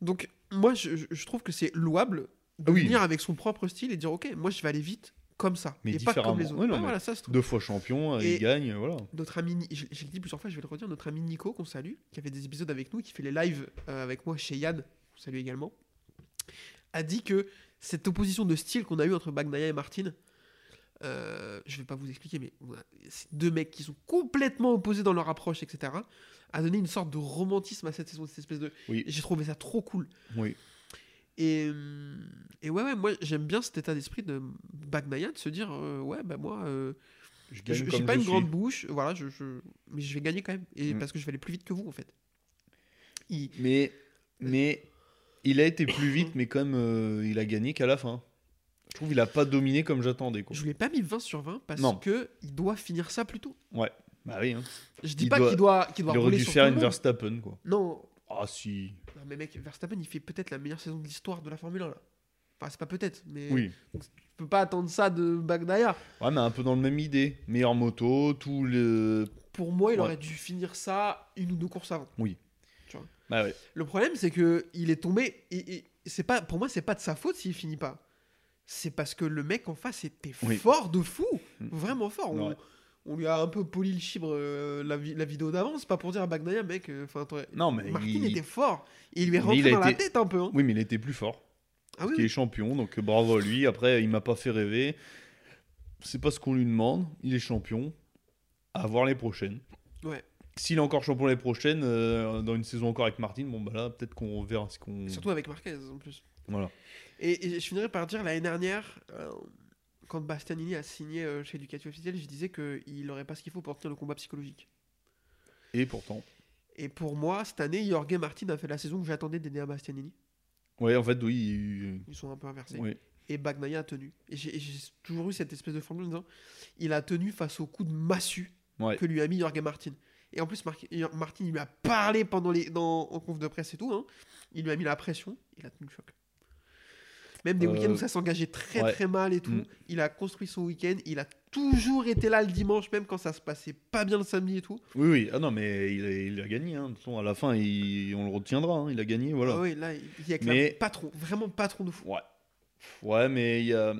[SPEAKER 8] Donc, moi, je, je- je trouve que c'est louable de
[SPEAKER 2] Ah oui.
[SPEAKER 8] venir avec son propre style et dire Ok, moi, je vais aller vite comme ça.
[SPEAKER 2] Mais
[SPEAKER 8] et pas comme les
[SPEAKER 2] différemment.
[SPEAKER 8] autres.
[SPEAKER 2] Ouais, non,
[SPEAKER 8] Ouais,
[SPEAKER 2] mais-
[SPEAKER 8] voilà, ça, c'est tout.
[SPEAKER 2] Deux fois champion, euh,
[SPEAKER 8] Et-
[SPEAKER 2] il gagne, voilà.
[SPEAKER 8] Notre ami, Ni- je, je l'ai dit plusieurs fois, je vais le redire, notre ami Nico, qu'on salue, qui avait des épisodes avec nous, qui fait les lives euh, avec moi chez Yann, qu'on salue également, a dit que cette opposition de style qu'on a eue entre Bagnaia et Martin, euh, je vais pas vous expliquer, mais on a- c'est deux mecs qui sont complètement opposés dans leur approche, etc., a donné une sorte de romantisme à cette saison, cette espèce de.
[SPEAKER 2] Oui.
[SPEAKER 8] J'ai trouvé ça trop cool.
[SPEAKER 2] Oui.
[SPEAKER 8] Et, euh, et ouais, ouais, moi j'aime bien cet état d'esprit de Bagnaia, de se dire, euh, ouais, bah moi. euh,
[SPEAKER 2] Je gagne
[SPEAKER 8] je
[SPEAKER 2] comme
[SPEAKER 8] j'ai pas
[SPEAKER 2] je
[SPEAKER 8] une
[SPEAKER 2] suis.
[SPEAKER 8] grande bouche, voilà, je, je- mais je vais gagner quand même, et
[SPEAKER 2] Mm.
[SPEAKER 8] Euh. parce que je vais aller plus vite que vous en fait. Il-
[SPEAKER 2] Mais, mais Il a été plus vite, mais quand même, euh, il a gagné qu'à la fin. Je trouve qu'il a pas dominé comme j'attendais. Quoi.
[SPEAKER 8] Je lui ai pas mis 20 sur 20 parce
[SPEAKER 2] Non.
[SPEAKER 8] que il doit finir ça plus tôt.
[SPEAKER 2] Bah oui, hein.
[SPEAKER 8] Je dis
[SPEAKER 2] Il
[SPEAKER 8] pas
[SPEAKER 2] doit-
[SPEAKER 8] qu'il doit, qu'il doit
[SPEAKER 2] Il aurait
[SPEAKER 8] rouler
[SPEAKER 2] dû
[SPEAKER 8] sur
[SPEAKER 2] faire
[SPEAKER 8] tout le
[SPEAKER 2] une
[SPEAKER 8] monde.
[SPEAKER 2] Verstappen, quoi.
[SPEAKER 8] Non,
[SPEAKER 2] Ah si.
[SPEAKER 8] non, mais mec, Verstappen, il fait peut-être la meilleure saison de l'histoire de la Formule 1 là. Enfin, c'est pas peut-être, mais
[SPEAKER 2] Oui.
[SPEAKER 8] tu peux pas attendre ça de Bagnaia.
[SPEAKER 2] Ouais, mais un peu dans le même idée. Meilleure moto, tout le.
[SPEAKER 8] Pour moi, il
[SPEAKER 2] Ouais.
[SPEAKER 8] aurait dû finir ça une ou deux courses avant.
[SPEAKER 2] Bah ouais.
[SPEAKER 8] Le problème, c'est que il est tombé. Et, et c'est pas, pour moi, c'est pas de sa faute s'il finit pas. C'est parce que le mec en face était
[SPEAKER 2] Oui.
[SPEAKER 8] fort de fou,
[SPEAKER 2] Mm.
[SPEAKER 8] vraiment fort. On,
[SPEAKER 2] Ouais.
[SPEAKER 8] on lui a un peu poli le chibre euh, la, vi- la vidéo d'avance, pas pour dire à Bagnaia, mec. euh, Enfin,
[SPEAKER 2] Non, mais.
[SPEAKER 8] Martin
[SPEAKER 2] il...
[SPEAKER 8] était fort. Il lui est
[SPEAKER 2] Mais
[SPEAKER 8] rentré
[SPEAKER 2] il a
[SPEAKER 8] dans la
[SPEAKER 2] été-
[SPEAKER 8] tête un peu. hein.
[SPEAKER 2] Oui, mais il était plus fort.
[SPEAKER 8] Ah oui,
[SPEAKER 2] qui est champion, donc euh, bravo à lui. Après, il m'a pas fait rêver. C'est pas ce qu'on lui demande. Il est champion. À voir les prochaines.
[SPEAKER 8] Ouais.
[SPEAKER 2] S'il est encore champion les prochaines, euh, dans une saison encore avec Martin, bon bah là, peut-être qu'on verra ce qu'on.
[SPEAKER 8] oui. surtout avec Marquez en plus.
[SPEAKER 2] Voilà.
[SPEAKER 8] Et, et je finirai par dire l'année dernière, euh, quand Bastianini a signé euh, chez Ducati officiel, je disais qu'il aurait pas ce qu'il faut pour tenir le combat psychologique.
[SPEAKER 2] Et pourtant.
[SPEAKER 8] Et pour moi, cette année, Jorge Martin a fait la saison que j'attendais d'Enea Bastianini.
[SPEAKER 2] Ouais, en fait, oui. il-
[SPEAKER 8] Ils sont un peu inversés.
[SPEAKER 2] Ouais.
[SPEAKER 8] Et Bagnaia a tenu. Et j'ai et j'ai toujours eu cette espèce de formule en disant il a tenu face au coup de massue
[SPEAKER 2] Ouais.
[SPEAKER 8] que lui a mis Jorge Martin. Et en plus, Mar- Jor- Martin, il lui a parlé pendant les, dans, en conf de presse et tout. hein. Il lui a mis la pression. Il a tenu le choc. Même des
[SPEAKER 2] Euh,
[SPEAKER 8] week-ends où ça s'engageait très
[SPEAKER 2] ouais.
[SPEAKER 8] très mal et tout.
[SPEAKER 2] Mm.
[SPEAKER 8] Il a construit son week-end. Il a toujours été là le dimanche, même quand ça se passait pas bien le samedi et tout.
[SPEAKER 2] Oui, oui. Ah non, mais il a, il a gagné. Hein. De toute façon, à la fin, il- on le retiendra. hein. Il a gagné, voilà.
[SPEAKER 8] Ah ouais, là, il il y a que
[SPEAKER 2] Mais-
[SPEAKER 8] la patron, vraiment patron de fou.
[SPEAKER 2] Ouais. Ouais, mais il y a.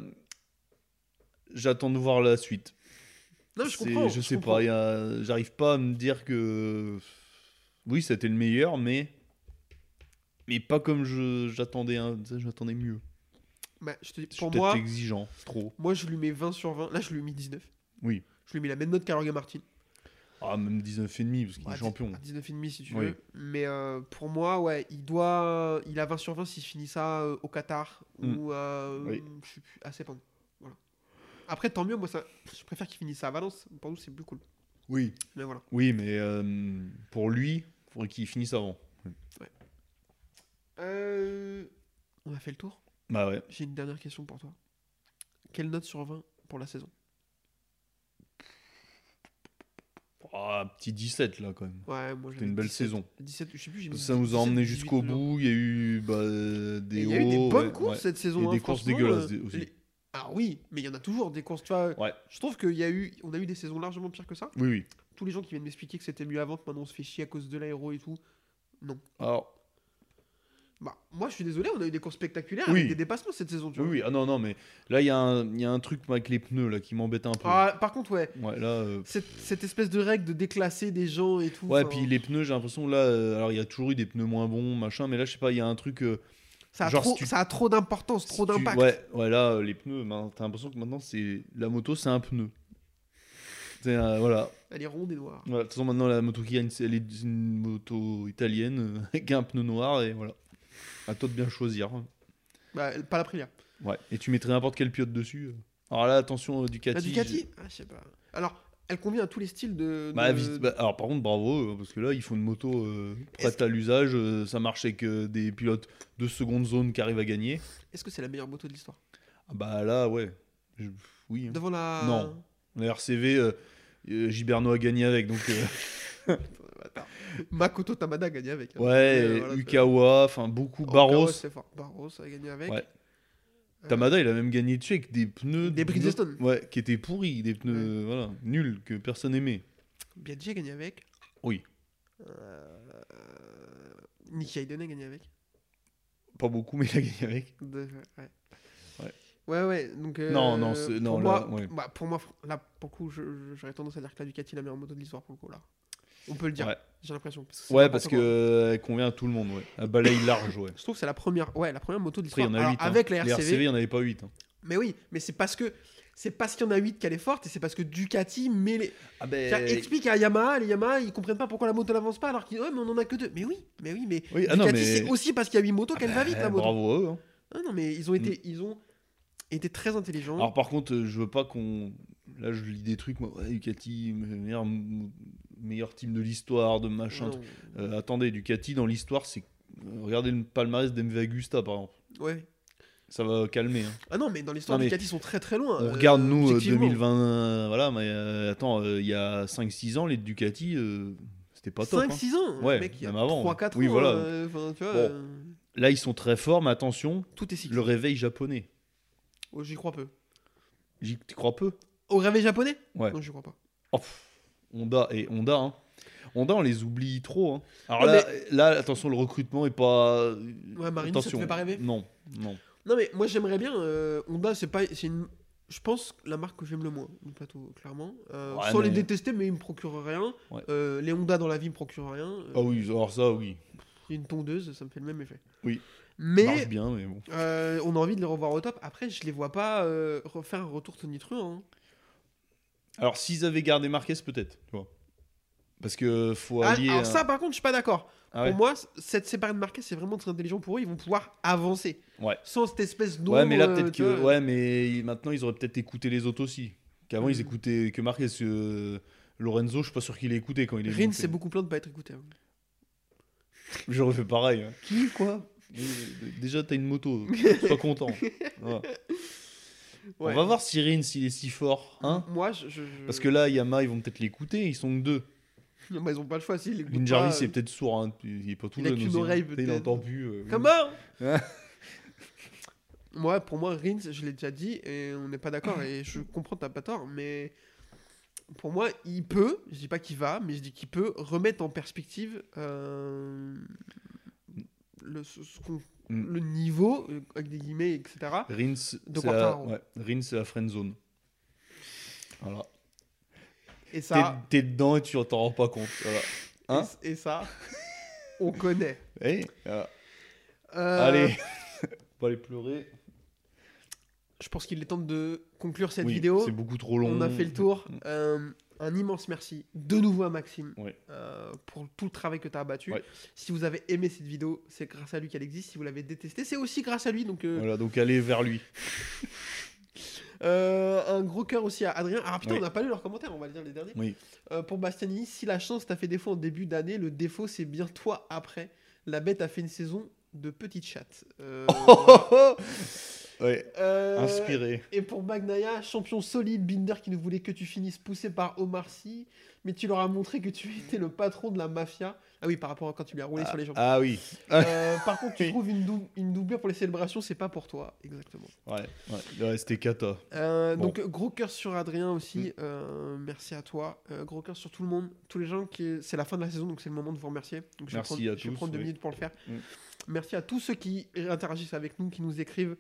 [SPEAKER 2] J'attends de voir la suite.
[SPEAKER 8] Non, Ah, je
[SPEAKER 2] C'est-
[SPEAKER 8] comprends.
[SPEAKER 2] Je sais
[SPEAKER 8] comprends.
[SPEAKER 2] pas. il y a- J'arrive pas à me dire que. Oui, c'était le meilleur, mais. Mais pas comme je- j'attendais. hein. Tu sais, J'attendais mieux.
[SPEAKER 8] Bah, je te dis,
[SPEAKER 2] Je suis
[SPEAKER 8] pour
[SPEAKER 2] peut-être
[SPEAKER 8] moi,
[SPEAKER 2] exigeant, trop.
[SPEAKER 8] Moi, je lui mets 20 sur 20. Là, je lui ai mis 19.
[SPEAKER 2] Oui.
[SPEAKER 8] Je lui ai mis la même note qu'Arroga Martin.
[SPEAKER 2] Ah, même 19,5 parce qu'il
[SPEAKER 8] Ouais,
[SPEAKER 2] est champion.
[SPEAKER 8] à 19,5 si tu
[SPEAKER 2] Oui.
[SPEAKER 8] veux. Mais euh, pour moi, ouais, il doit. Il a 20 sur 20 s'il finit ça euh, au Qatar
[SPEAKER 2] Mm.
[SPEAKER 8] ou euh,
[SPEAKER 2] Oui.
[SPEAKER 8] je sais plus, à Sepang. Voilà. Après, tant mieux. Moi, ça, je préfère qu'il finisse ça à Valence. Pour nous, c'est plus cool.
[SPEAKER 2] Oui.
[SPEAKER 8] Mais voilà.
[SPEAKER 2] Oui, mais euh, pour lui, il faudrait qu'il finisse avant.
[SPEAKER 8] Euh, On a fait le tour.
[SPEAKER 2] Bah ouais.
[SPEAKER 8] J'ai une dernière question pour toi. Quelle note sur 20 pour la saison
[SPEAKER 2] Ah, petit 17 là quand même.
[SPEAKER 8] Ouais, moi
[SPEAKER 2] C'était
[SPEAKER 8] j'avais
[SPEAKER 2] une belle
[SPEAKER 8] 17.
[SPEAKER 2] saison.
[SPEAKER 8] 17, je sais plus. j'ai mis
[SPEAKER 2] Ça nous
[SPEAKER 8] 17,
[SPEAKER 2] a emmené
[SPEAKER 8] 18,
[SPEAKER 2] jusqu'au
[SPEAKER 8] genre.
[SPEAKER 2] bout. Il y a eu bah, euh, des
[SPEAKER 8] Et Il
[SPEAKER 2] hauts.
[SPEAKER 8] y a eu des bonnes
[SPEAKER 2] ouais,
[SPEAKER 8] courses
[SPEAKER 2] ouais.
[SPEAKER 8] cette saison.
[SPEAKER 2] Et
[SPEAKER 8] hein,
[SPEAKER 2] des courses
[SPEAKER 8] franchement,
[SPEAKER 2] dégueulasses,
[SPEAKER 8] euh,
[SPEAKER 2] des- aussi.
[SPEAKER 8] les- Ah oui, mais il y en a toujours des courses. Tu vois,
[SPEAKER 2] Ouais.
[SPEAKER 8] Je trouve qu'il y a eu, on a eu des saisons largement pires que ça.
[SPEAKER 2] Oui, oui.
[SPEAKER 8] Tous les gens qui viennent m'expliquer que c'était mieux avant, que maintenant on se fait chier à cause de l'aéro et tout.
[SPEAKER 2] Alors,
[SPEAKER 8] Bah, moi je suis désolé, on a eu des courses spectaculaires
[SPEAKER 2] Oui.
[SPEAKER 8] avec des dépassements cette saison. Tu
[SPEAKER 2] oui,
[SPEAKER 8] vois.
[SPEAKER 2] oui. Ah non, non, mais là, il y, a un- il y a un truc avec les pneus là qui m'embête un peu.
[SPEAKER 8] Ah, par contre, ouais,
[SPEAKER 2] Ouais, là. euh,
[SPEAKER 8] cette, cette espèce de règle de déclasser des gens et tout.
[SPEAKER 2] Ouais,
[SPEAKER 8] enfin,
[SPEAKER 2] puis les pneus, j'ai l'impression là. euh, alors, il y a toujours eu des pneus moins bons, machin, mais là, je sais pas, il y a un truc. euh,
[SPEAKER 8] ça, a
[SPEAKER 2] genre,
[SPEAKER 8] trop,
[SPEAKER 2] si tu-
[SPEAKER 8] ça a trop d'importance, trop
[SPEAKER 2] si tu-
[SPEAKER 8] d'impact.
[SPEAKER 2] Ouais, ouais, là, euh, les pneus, ben, t'as l'impression que maintenant, c'est la moto, c'est un pneu. C'est, euh, voilà.
[SPEAKER 8] Elle est ronde et noire.
[SPEAKER 2] Voilà, De toute façon, maintenant, la moto qui gagne, c'est elle est une moto italienne euh, (laughs) avec un pneu noir, et voilà. À toi de bien choisir.
[SPEAKER 8] Bah, pas la Prilia.
[SPEAKER 2] Ouais. Et tu mettrais n'importe quel pilote dessus. euh. Alors là, attention, euh, Ducati.
[SPEAKER 8] La
[SPEAKER 2] j'ai-
[SPEAKER 8] Ducati Ah, je sais pas. Alors, elle convient à tous les styles de.
[SPEAKER 2] Bah,
[SPEAKER 8] de-
[SPEAKER 2] vite- bah, alors par contre bravo euh, parce que là ils font une moto euh, prête à l'usage, euh, ça marche avec euh, des pilotes de seconde zone qui arrivent à gagner.
[SPEAKER 8] Est-ce que c'est la meilleure moto de l'histoire
[SPEAKER 2] Ah, bah là ouais, Je- oui. hein.
[SPEAKER 8] Devant la.
[SPEAKER 2] Non. La RCV, euh, euh, Giberno a gagné avec donc
[SPEAKER 8] (laughs)
[SPEAKER 2] euh,
[SPEAKER 8] Attends. Makoto Tamada a gagné avec. hein.
[SPEAKER 2] ouais,
[SPEAKER 8] Euh, voilà,
[SPEAKER 2] Ukawa, enfin beaucoup,
[SPEAKER 8] c'est- Oh,
[SPEAKER 2] Barros,
[SPEAKER 8] Barros, c'est fort. Barros a gagné avec.
[SPEAKER 2] Ouais.
[SPEAKER 8] Euh,
[SPEAKER 2] Tamada il a même gagné dessus avec des pneus,
[SPEAKER 8] Des Bridgestone.
[SPEAKER 2] ouais, qui étaient pourris, des pneus euh, voilà nuls que personne aimait.
[SPEAKER 8] Biaggi a gagné avec.
[SPEAKER 2] Oui.
[SPEAKER 8] Euh... Nicky Hayden a gagné avec.
[SPEAKER 2] Pas beaucoup (laughs) mais il a gagné avec.
[SPEAKER 8] De- Ouais.
[SPEAKER 2] Ouais.
[SPEAKER 8] Ouais, ouais, donc. euh,
[SPEAKER 2] Non, non, c'est- non,
[SPEAKER 8] pour
[SPEAKER 2] là,
[SPEAKER 8] moi,
[SPEAKER 2] ouais.
[SPEAKER 8] bah, pour moi, fr- là, pour le coup, je- je- j'aurais tendance à dire que la Ducati est la meilleure moto de l'histoire, pour le coup, là. On peut le dire,
[SPEAKER 2] Ouais.
[SPEAKER 8] j'ai l'impression. parce que c'est
[SPEAKER 2] Ouais
[SPEAKER 8] n'importe
[SPEAKER 2] parce que
[SPEAKER 8] quoi.
[SPEAKER 2] euh, elle convient à tout le monde ouais, elle balaye large ouais.
[SPEAKER 8] Je trouve que c'est la première, ouais, la première moto de
[SPEAKER 2] Après il y
[SPEAKER 8] l'histoire.
[SPEAKER 2] en a
[SPEAKER 8] Alors,
[SPEAKER 2] 8
[SPEAKER 8] Avec la
[SPEAKER 2] Les RCV il n'y en avait pas hein. 8
[SPEAKER 8] Mais oui, mais c'est parce que c'est parce qu'il y en a 8 qu'elle est forte et c'est parce que Ducati met les.
[SPEAKER 2] Ah
[SPEAKER 8] C'est-à-dire, Explique à Yamaha, les Yamaha ils comprennent pas pourquoi la moto n'avance pas alors qu'ils ouais, mais on en a que deux. Mais oui, mais oui, mais
[SPEAKER 2] Oui, ah
[SPEAKER 8] Ducati
[SPEAKER 2] non, mais- Ah
[SPEAKER 8] c'est aussi parce qu'il y a 8 motos qu'elle va vite la moto.
[SPEAKER 2] Bravo à eux. hein.
[SPEAKER 8] Ah non, mais ils ont été, ils ont été très intelligents.
[SPEAKER 2] Alors par contre, euh, je veux pas qu'on. Là, je lis des trucs. Moi, ouais, Ducati, meilleur, meilleur team de l'histoire, de machin.
[SPEAKER 8] Non.
[SPEAKER 2] truc. Euh, attendez, Ducati dans l'histoire, c'est Regardez le palmarès d'MV Agusta, par exemple.
[SPEAKER 8] Ouais.
[SPEAKER 2] Ça va calmer. hein.
[SPEAKER 8] Ah non, mais dans l'histoire
[SPEAKER 2] Non,
[SPEAKER 8] du
[SPEAKER 2] mais
[SPEAKER 8] Ducati, ils sont très très loin.
[SPEAKER 2] On
[SPEAKER 8] euh,
[SPEAKER 2] regarde, nous, euh,
[SPEAKER 8] objectivement.
[SPEAKER 2] 2020. euh, Voilà, mais euh, attends, euh, il y a 5-6 ans, les Ducati, euh, c'était pas top.
[SPEAKER 8] 5
[SPEAKER 2] hein.
[SPEAKER 8] 6 ans.
[SPEAKER 2] Ouais,
[SPEAKER 8] mec, il y a
[SPEAKER 2] même avant.
[SPEAKER 8] 3 4
[SPEAKER 2] Oui,
[SPEAKER 8] ans.
[SPEAKER 2] voilà.
[SPEAKER 8] euh, enfin, tu vois,
[SPEAKER 2] Bon.
[SPEAKER 8] euh,
[SPEAKER 2] Là, ils sont très forts, mais attention,
[SPEAKER 8] tout est cyclique.
[SPEAKER 2] le réveil japonais.
[SPEAKER 8] Oh, j'y crois peu.
[SPEAKER 2] J'y tu crois peu.
[SPEAKER 8] Au réveil japonais
[SPEAKER 2] Ouais.
[SPEAKER 8] Non, j'y crois pas.
[SPEAKER 2] Oh, pff, Honda et Honda, hein. Honda, on les oublie trop. hein. Alors
[SPEAKER 8] Ouais,
[SPEAKER 2] là, là, attention, le recrutement est pas. euh,
[SPEAKER 8] Ouais, Marini, ça te
[SPEAKER 2] attention.
[SPEAKER 8] fait pas rêver
[SPEAKER 2] Non, non.
[SPEAKER 8] Non, mais moi j'aimerais bien. euh, Honda, c'est pas. C'est une. Je pense la marque que j'aime le moins, le plateau, clairement. Euh,
[SPEAKER 2] Ouais,
[SPEAKER 8] sans les
[SPEAKER 2] mais-
[SPEAKER 8] détester, mais ils me procurent rien.
[SPEAKER 2] Ouais.
[SPEAKER 8] Euh, les Honda dans la vie me procurent rien. Euh,
[SPEAKER 2] Ah oui, alors ça, oui.
[SPEAKER 8] Il y a une tondeuse, ça me fait le même effet.
[SPEAKER 2] Oui.
[SPEAKER 8] Mais
[SPEAKER 2] Marche bien, mais bon.
[SPEAKER 8] euh, on a envie de les revoir au top. Après, je les vois pas euh, refaire un retour tonitruant. hein.
[SPEAKER 2] Alors, s'ils avaient gardé Marquez, peut-être, tu vois. Parce que faut
[SPEAKER 8] Ah,
[SPEAKER 2] allier.
[SPEAKER 8] alors
[SPEAKER 2] un-
[SPEAKER 8] ça, par contre, je suis pas d'accord.
[SPEAKER 2] Ah ouais.
[SPEAKER 8] Pour moi, c- cette séparée de marqués, c'est vraiment très intelligent pour eux. Ils vont pouvoir avancer.
[SPEAKER 2] Ouais.
[SPEAKER 8] Sans cette espèce d'ombre.
[SPEAKER 2] Ouais, mais là,
[SPEAKER 8] euh,
[SPEAKER 2] peut-être
[SPEAKER 8] tu
[SPEAKER 2] que.
[SPEAKER 8] vois.
[SPEAKER 2] Ouais, mais maintenant, ils auraient peut-être écouté les autres aussi. Qu'avant,
[SPEAKER 8] Mm.
[SPEAKER 2] ils écoutaient que Marquez. euh, Lorenzo, je suis pas sûr qu'il ait écouté quand il est
[SPEAKER 8] Rin
[SPEAKER 2] monté.
[SPEAKER 8] s'est beaucoup plaint de pas être écouté. hein.
[SPEAKER 2] (laughs) J'aurais fait pareil. hein. Qui, quoi Euh, Déjà, t'as une
[SPEAKER 8] (laughs)
[SPEAKER 2] moto. Sois content. Voilà.
[SPEAKER 8] Ouais. Mm.
[SPEAKER 2] On va voir si Rin, s'il est si fort. Hein
[SPEAKER 8] Moi, je. je- je-
[SPEAKER 2] Parce que là, Yama, ils vont peut-être l'écouter. Ils sont que deux.
[SPEAKER 8] Non, mais ils ont pas le choix. s'ils l'écoutent
[SPEAKER 2] Ninjari,
[SPEAKER 8] pas,
[SPEAKER 2] c'est
[SPEAKER 8] euh,
[SPEAKER 2] peut-être sourd. hein. Il est pas tout
[SPEAKER 8] il a
[SPEAKER 2] jeune
[SPEAKER 8] qu'une
[SPEAKER 2] aussi, hein.
[SPEAKER 8] oreille,
[SPEAKER 2] Il
[SPEAKER 8] peut-être.
[SPEAKER 2] entend plus. euh,
[SPEAKER 8] Comment
[SPEAKER 2] Ouais.
[SPEAKER 8] (laughs) Moi, pour moi, Rins, je l'ai déjà dit, et on n'est pas d'accord, et je comprends, t'as pas tort, mais pour moi, il peut, je dis pas qu'il va, mais je dis qu'il peut remettre en perspective euh, le, ce- ce qu'on-
[SPEAKER 2] Mm.
[SPEAKER 8] le niveau, euh, avec des guillemets, etc.
[SPEAKER 2] Rins, c'est la...
[SPEAKER 8] Quartaro.
[SPEAKER 2] ouais, Rin, c'est la friend zone. Voilà.
[SPEAKER 8] Et ça,
[SPEAKER 2] T'es, t'es dedans et tu t'en rends pas compte. Voilà. hein
[SPEAKER 8] et, et ça, on connaît.
[SPEAKER 2] Eh, voilà.
[SPEAKER 8] Euh,
[SPEAKER 2] Allez, (laughs) pas les pleurer.
[SPEAKER 8] Je pense qu'il est temps de conclure cette
[SPEAKER 2] Oui,
[SPEAKER 8] vidéo.
[SPEAKER 2] c'est beaucoup trop long.
[SPEAKER 8] On a fait le tour. Euh, un immense merci de nouveau à Maxime
[SPEAKER 2] Ouais.
[SPEAKER 8] euh, pour tout le travail que tu as abattu.
[SPEAKER 2] Ouais.
[SPEAKER 8] Si vous avez aimé cette vidéo, c'est grâce à lui qu'elle existe. Si vous l'avez détesté, c'est aussi grâce à lui. Donc, euh,
[SPEAKER 2] Voilà, donc allez vers lui.
[SPEAKER 8] euh, un gros cœur aussi à Adrien. Ah putain,
[SPEAKER 2] Oui.
[SPEAKER 8] on n'a pas lu leurs commentaires, on va le dire les derniers.
[SPEAKER 2] Oui.
[SPEAKER 8] Euh, pour Bastianini, si la chance t'a fait défaut en début d'année, le défaut c'est bien toi après. La bête a fait une saison de petite chatte. (laughs)
[SPEAKER 2] (laughs)
[SPEAKER 8] Euh,
[SPEAKER 2] ouais,
[SPEAKER 8] euh,
[SPEAKER 2] inspiré.
[SPEAKER 8] Et pour Magnaya, champion solide, Binder qui ne voulait que tu finisses poussé par Omar Sy, mais tu leur as montré que tu (laughs) étais le patron de la mafia. Ah oui, par rapport à quand tu lui as roulé sur les jambes.
[SPEAKER 2] Ah oui,
[SPEAKER 8] Euh, par contre, tu
[SPEAKER 2] Oui.
[SPEAKER 8] trouves une, dou- une doublure pour les célébrations, c'est pas pour toi, exactement.
[SPEAKER 2] ouais, ouais, ouais, c'était Kata.
[SPEAKER 8] Euh,
[SPEAKER 2] Bon. Mm.
[SPEAKER 8] Donc, gros cœur sur Adrien aussi, euh, merci à toi. Euh, gros cœur sur tout le monde, tous les gens qui. C'est la fin de la saison, donc c'est le moment de vous remercier. Donc, je vais
[SPEAKER 2] Merci
[SPEAKER 8] prendre,
[SPEAKER 2] à
[SPEAKER 8] je vais
[SPEAKER 2] tous,
[SPEAKER 8] prendre deux
[SPEAKER 2] oui.
[SPEAKER 8] minutes pour le faire.
[SPEAKER 2] Mm.
[SPEAKER 8] Merci à tous ceux qui interagissent avec nous, qui nous écrivent.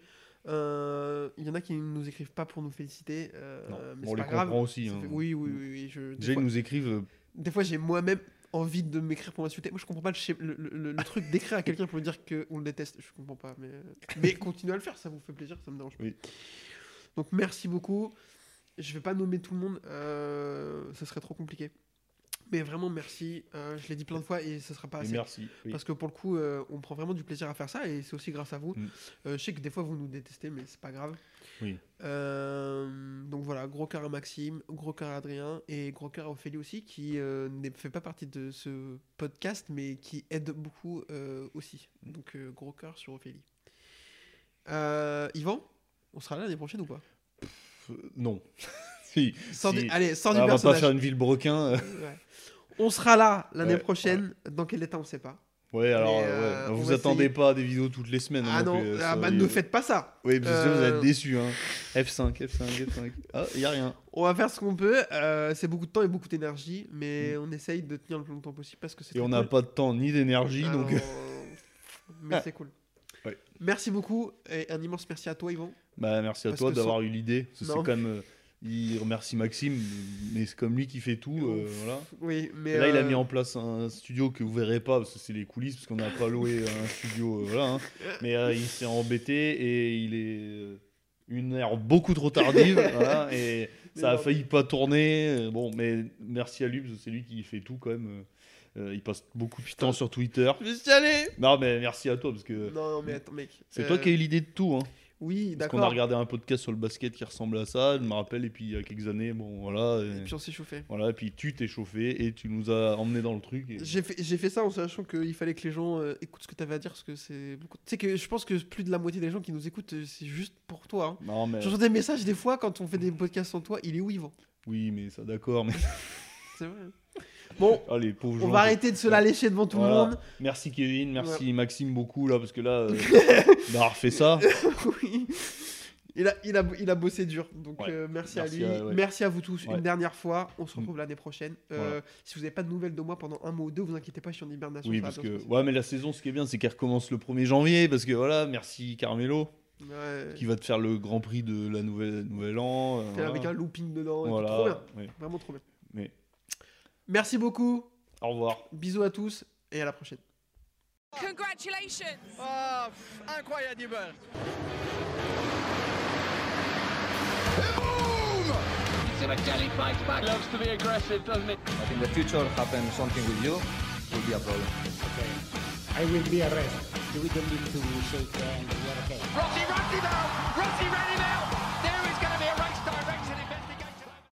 [SPEAKER 8] Euh, Il y en a qui ne nous écrivent pas pour nous féliciter, euh,
[SPEAKER 2] Non,
[SPEAKER 8] mais
[SPEAKER 2] on
[SPEAKER 8] c'est
[SPEAKER 2] les
[SPEAKER 8] pas grave.
[SPEAKER 2] comprend aussi,
[SPEAKER 8] Ça
[SPEAKER 2] hein.
[SPEAKER 8] fait- Oui, oui, oui. oui, je- Des,
[SPEAKER 2] Déjà, ils
[SPEAKER 8] fois,
[SPEAKER 2] nous écrivent. euh,
[SPEAKER 8] des fois, j'ai moi-même envie de m'écrire pour m'insulter. Moi, je comprends pas le, schéma- le, le- le- le truc d'écrire à quelqu'un pour lui dire qu'on le déteste. Je comprends pas, mais, euh, mais continuez à le faire, ça vous fait plaisir, ça me dérange pas.
[SPEAKER 2] Oui.
[SPEAKER 8] Donc, merci beaucoup. Je vais pas nommer tout le monde, euh, ce serait trop compliqué. Mais vraiment, merci. Euh, je l'ai dit plein de fois et ce sera pas
[SPEAKER 2] et
[SPEAKER 8] assez.
[SPEAKER 2] merci. oui.
[SPEAKER 8] Ah, Parce que pour le coup, euh, on prend vraiment du plaisir à faire ça et c'est aussi grâce à vous.
[SPEAKER 2] Mm.
[SPEAKER 8] Euh, je sais que des fois vous nous détestez, mais c'est pas grave.
[SPEAKER 2] Oui.
[SPEAKER 8] Euh, donc voilà, gros cœur à Maxime, gros cœur à Adrien et gros cœur à Ophélie aussi, qui euh, ne fait pas partie de ce podcast, mais qui aide beaucoup euh, aussi.
[SPEAKER 2] Mm.
[SPEAKER 8] Donc euh, gros cœur sur Ophélie. Euh, Yvan, on sera là l'année prochaine ou pas
[SPEAKER 2] Euh,
[SPEAKER 8] (laughs)
[SPEAKER 2] Non. si.
[SPEAKER 8] Sors
[SPEAKER 2] Si.
[SPEAKER 8] du- Allez, sors du
[SPEAKER 2] Ah, on va pas
[SPEAKER 8] personnage.
[SPEAKER 2] faire une ville broquin. euh.
[SPEAKER 8] Ouais. On sera là l'année
[SPEAKER 2] Ouais,
[SPEAKER 8] prochaine, dans quel état on sait pas.
[SPEAKER 2] Ouais, alors,
[SPEAKER 8] Mais,
[SPEAKER 2] ouais,
[SPEAKER 8] euh, on
[SPEAKER 2] vous
[SPEAKER 8] va
[SPEAKER 2] attendez
[SPEAKER 8] essayer.
[SPEAKER 2] pas à des vidéos toutes les semaines. hein,
[SPEAKER 8] Ah
[SPEAKER 2] non
[SPEAKER 8] non,
[SPEAKER 2] plus, euh,
[SPEAKER 8] ah
[SPEAKER 2] ça,
[SPEAKER 8] bah,
[SPEAKER 2] il-
[SPEAKER 8] ne faites pas ça
[SPEAKER 2] Oui, parce que sinon, vous
[SPEAKER 8] Euh,
[SPEAKER 2] êtes déçus. Hein. F5, F5, F5. Ah, y a rien.
[SPEAKER 8] On va faire ce qu'on peut. euh, c'est beaucoup de temps et beaucoup d'énergie, mais on essaye de tenir le plus longtemps possible parce que c'est.
[SPEAKER 2] Mm. Et
[SPEAKER 8] très
[SPEAKER 2] on n'a
[SPEAKER 8] cool.
[SPEAKER 2] pas de temps ni d'énergie,
[SPEAKER 8] Ah
[SPEAKER 2] donc.
[SPEAKER 8] non, Mais c'est cool.
[SPEAKER 2] Ouais.
[SPEAKER 8] Merci beaucoup et un immense merci à toi, Yvan.
[SPEAKER 2] (laughs) Bah, merci à
[SPEAKER 8] Parce
[SPEAKER 2] toi
[SPEAKER 8] que
[SPEAKER 2] d'avoir eu l'idée. parce que C'est
[SPEAKER 8] Non.
[SPEAKER 2] quand même. euh, il remercie Maxime, mais c'est comme lui qui fait tout. euh,
[SPEAKER 8] Ouf.
[SPEAKER 2] voilà.
[SPEAKER 8] Oui, mais.
[SPEAKER 2] Et là, il a mis
[SPEAKER 8] euh,
[SPEAKER 2] en place un studio que vous verrez pas, parce que c'est les coulisses, parce qu'on n'a pas loué un studio. euh, voilà, hein. Mais euh, il s'est embêté et il est euh, une heure beaucoup trop
[SPEAKER 8] (laughs)
[SPEAKER 2] tardive. voilà, et ça a
[SPEAKER 8] non.
[SPEAKER 2] failli pas tourner. euh, Bon, mais merci à lui, parce que c'est lui qui fait tout quand même. euh, euh, il passe beaucoup de temps sur Twitter.
[SPEAKER 8] Je suis allé
[SPEAKER 2] Non, mais merci à toi, parce que
[SPEAKER 8] Non, mais attends, mec.
[SPEAKER 2] c'est
[SPEAKER 8] euh,
[SPEAKER 2] toi qui as eu l'idée de tout. Hein.
[SPEAKER 8] Oui,
[SPEAKER 2] Parce qu'on a
[SPEAKER 8] d'accord.
[SPEAKER 2] regardé un podcast sur le basket qui ressemble à ça, je me rappelle, et puis il y a quelques années, bon voilà.
[SPEAKER 8] Et
[SPEAKER 2] et-
[SPEAKER 8] puis on s'est chauffé.
[SPEAKER 2] Voilà, et puis tu t'es chauffé et tu nous as emmené dans le truc. et-
[SPEAKER 8] J'ai fait, j'ai fait ça en sachant qu'il fallait que les gens euh, écoutent ce que t'avais à dire, parce que c'est beaucoup. Tu sais que je pense que plus de la moitié des gens qui nous écoutent, euh, c'est juste pour toi. hein.
[SPEAKER 2] Non, mais.
[SPEAKER 8] J'entends des messages des fois quand on fait des podcasts sans toi, il est où Yvan
[SPEAKER 2] Oui, mais ça, d'accord. Mais...
[SPEAKER 8] C'est vrai. hein. Bon,
[SPEAKER 2] Ah, les pauvres
[SPEAKER 8] on
[SPEAKER 2] gens.
[SPEAKER 8] va arrêter de se la lécher devant tout
[SPEAKER 2] Voilà.
[SPEAKER 8] le monde. (laughs)
[SPEAKER 2] Merci Kevin, merci Maxime beaucoup, là, parce que là, euh,
[SPEAKER 8] (laughs)
[SPEAKER 2] d'avoir fait ça.
[SPEAKER 8] Oui. Il a, il, a, il a bossé dur, donc
[SPEAKER 2] Ouais.
[SPEAKER 8] euh, merci, à
[SPEAKER 2] Merci
[SPEAKER 8] lui.
[SPEAKER 2] à- ouais.
[SPEAKER 8] Merci à vous tous
[SPEAKER 2] Ouais.
[SPEAKER 8] une dernière fois. On se
[SPEAKER 2] Mm.
[SPEAKER 8] retrouve l'année prochaine. Euh,
[SPEAKER 2] Voilà.
[SPEAKER 8] Si vous n'avez pas de nouvelles de moi pendant un mois ou deux, vous inquiétez pas, je suis en hibernation.
[SPEAKER 2] Oui,
[SPEAKER 8] ça va
[SPEAKER 2] parce
[SPEAKER 8] bien se
[SPEAKER 2] que.
[SPEAKER 8] passer.
[SPEAKER 2] Ouais, mais la saison, ce qui est bien, c'est qu'elle recommence le 1er janvier, parce que voilà, merci Carmelo,
[SPEAKER 8] Ouais.
[SPEAKER 2] qui va te faire le Grand Prix de la Nouvelle, nouvelle An. euh,
[SPEAKER 8] Faire
[SPEAKER 2] voilà.
[SPEAKER 8] Avec un looping dedans. et tout.
[SPEAKER 2] Voilà,
[SPEAKER 8] Trop bien.
[SPEAKER 2] ouais.
[SPEAKER 8] Vraiment trop bien.
[SPEAKER 2] Mais-
[SPEAKER 8] Merci beaucoup.
[SPEAKER 2] Au revoir.
[SPEAKER 8] Bisous à tous et à la prochaine.
[SPEAKER 1] Congratulations.
[SPEAKER 8] incroyable.
[SPEAKER 5] But in the future, happen something with you, will be a problem.
[SPEAKER 7] okay.
[SPEAKER 6] I will be arrested.
[SPEAKER 7] We don't need to shake hands, we are okay.
[SPEAKER 3] Rossi runs him out. Rossi ran him out. There is going to be a race.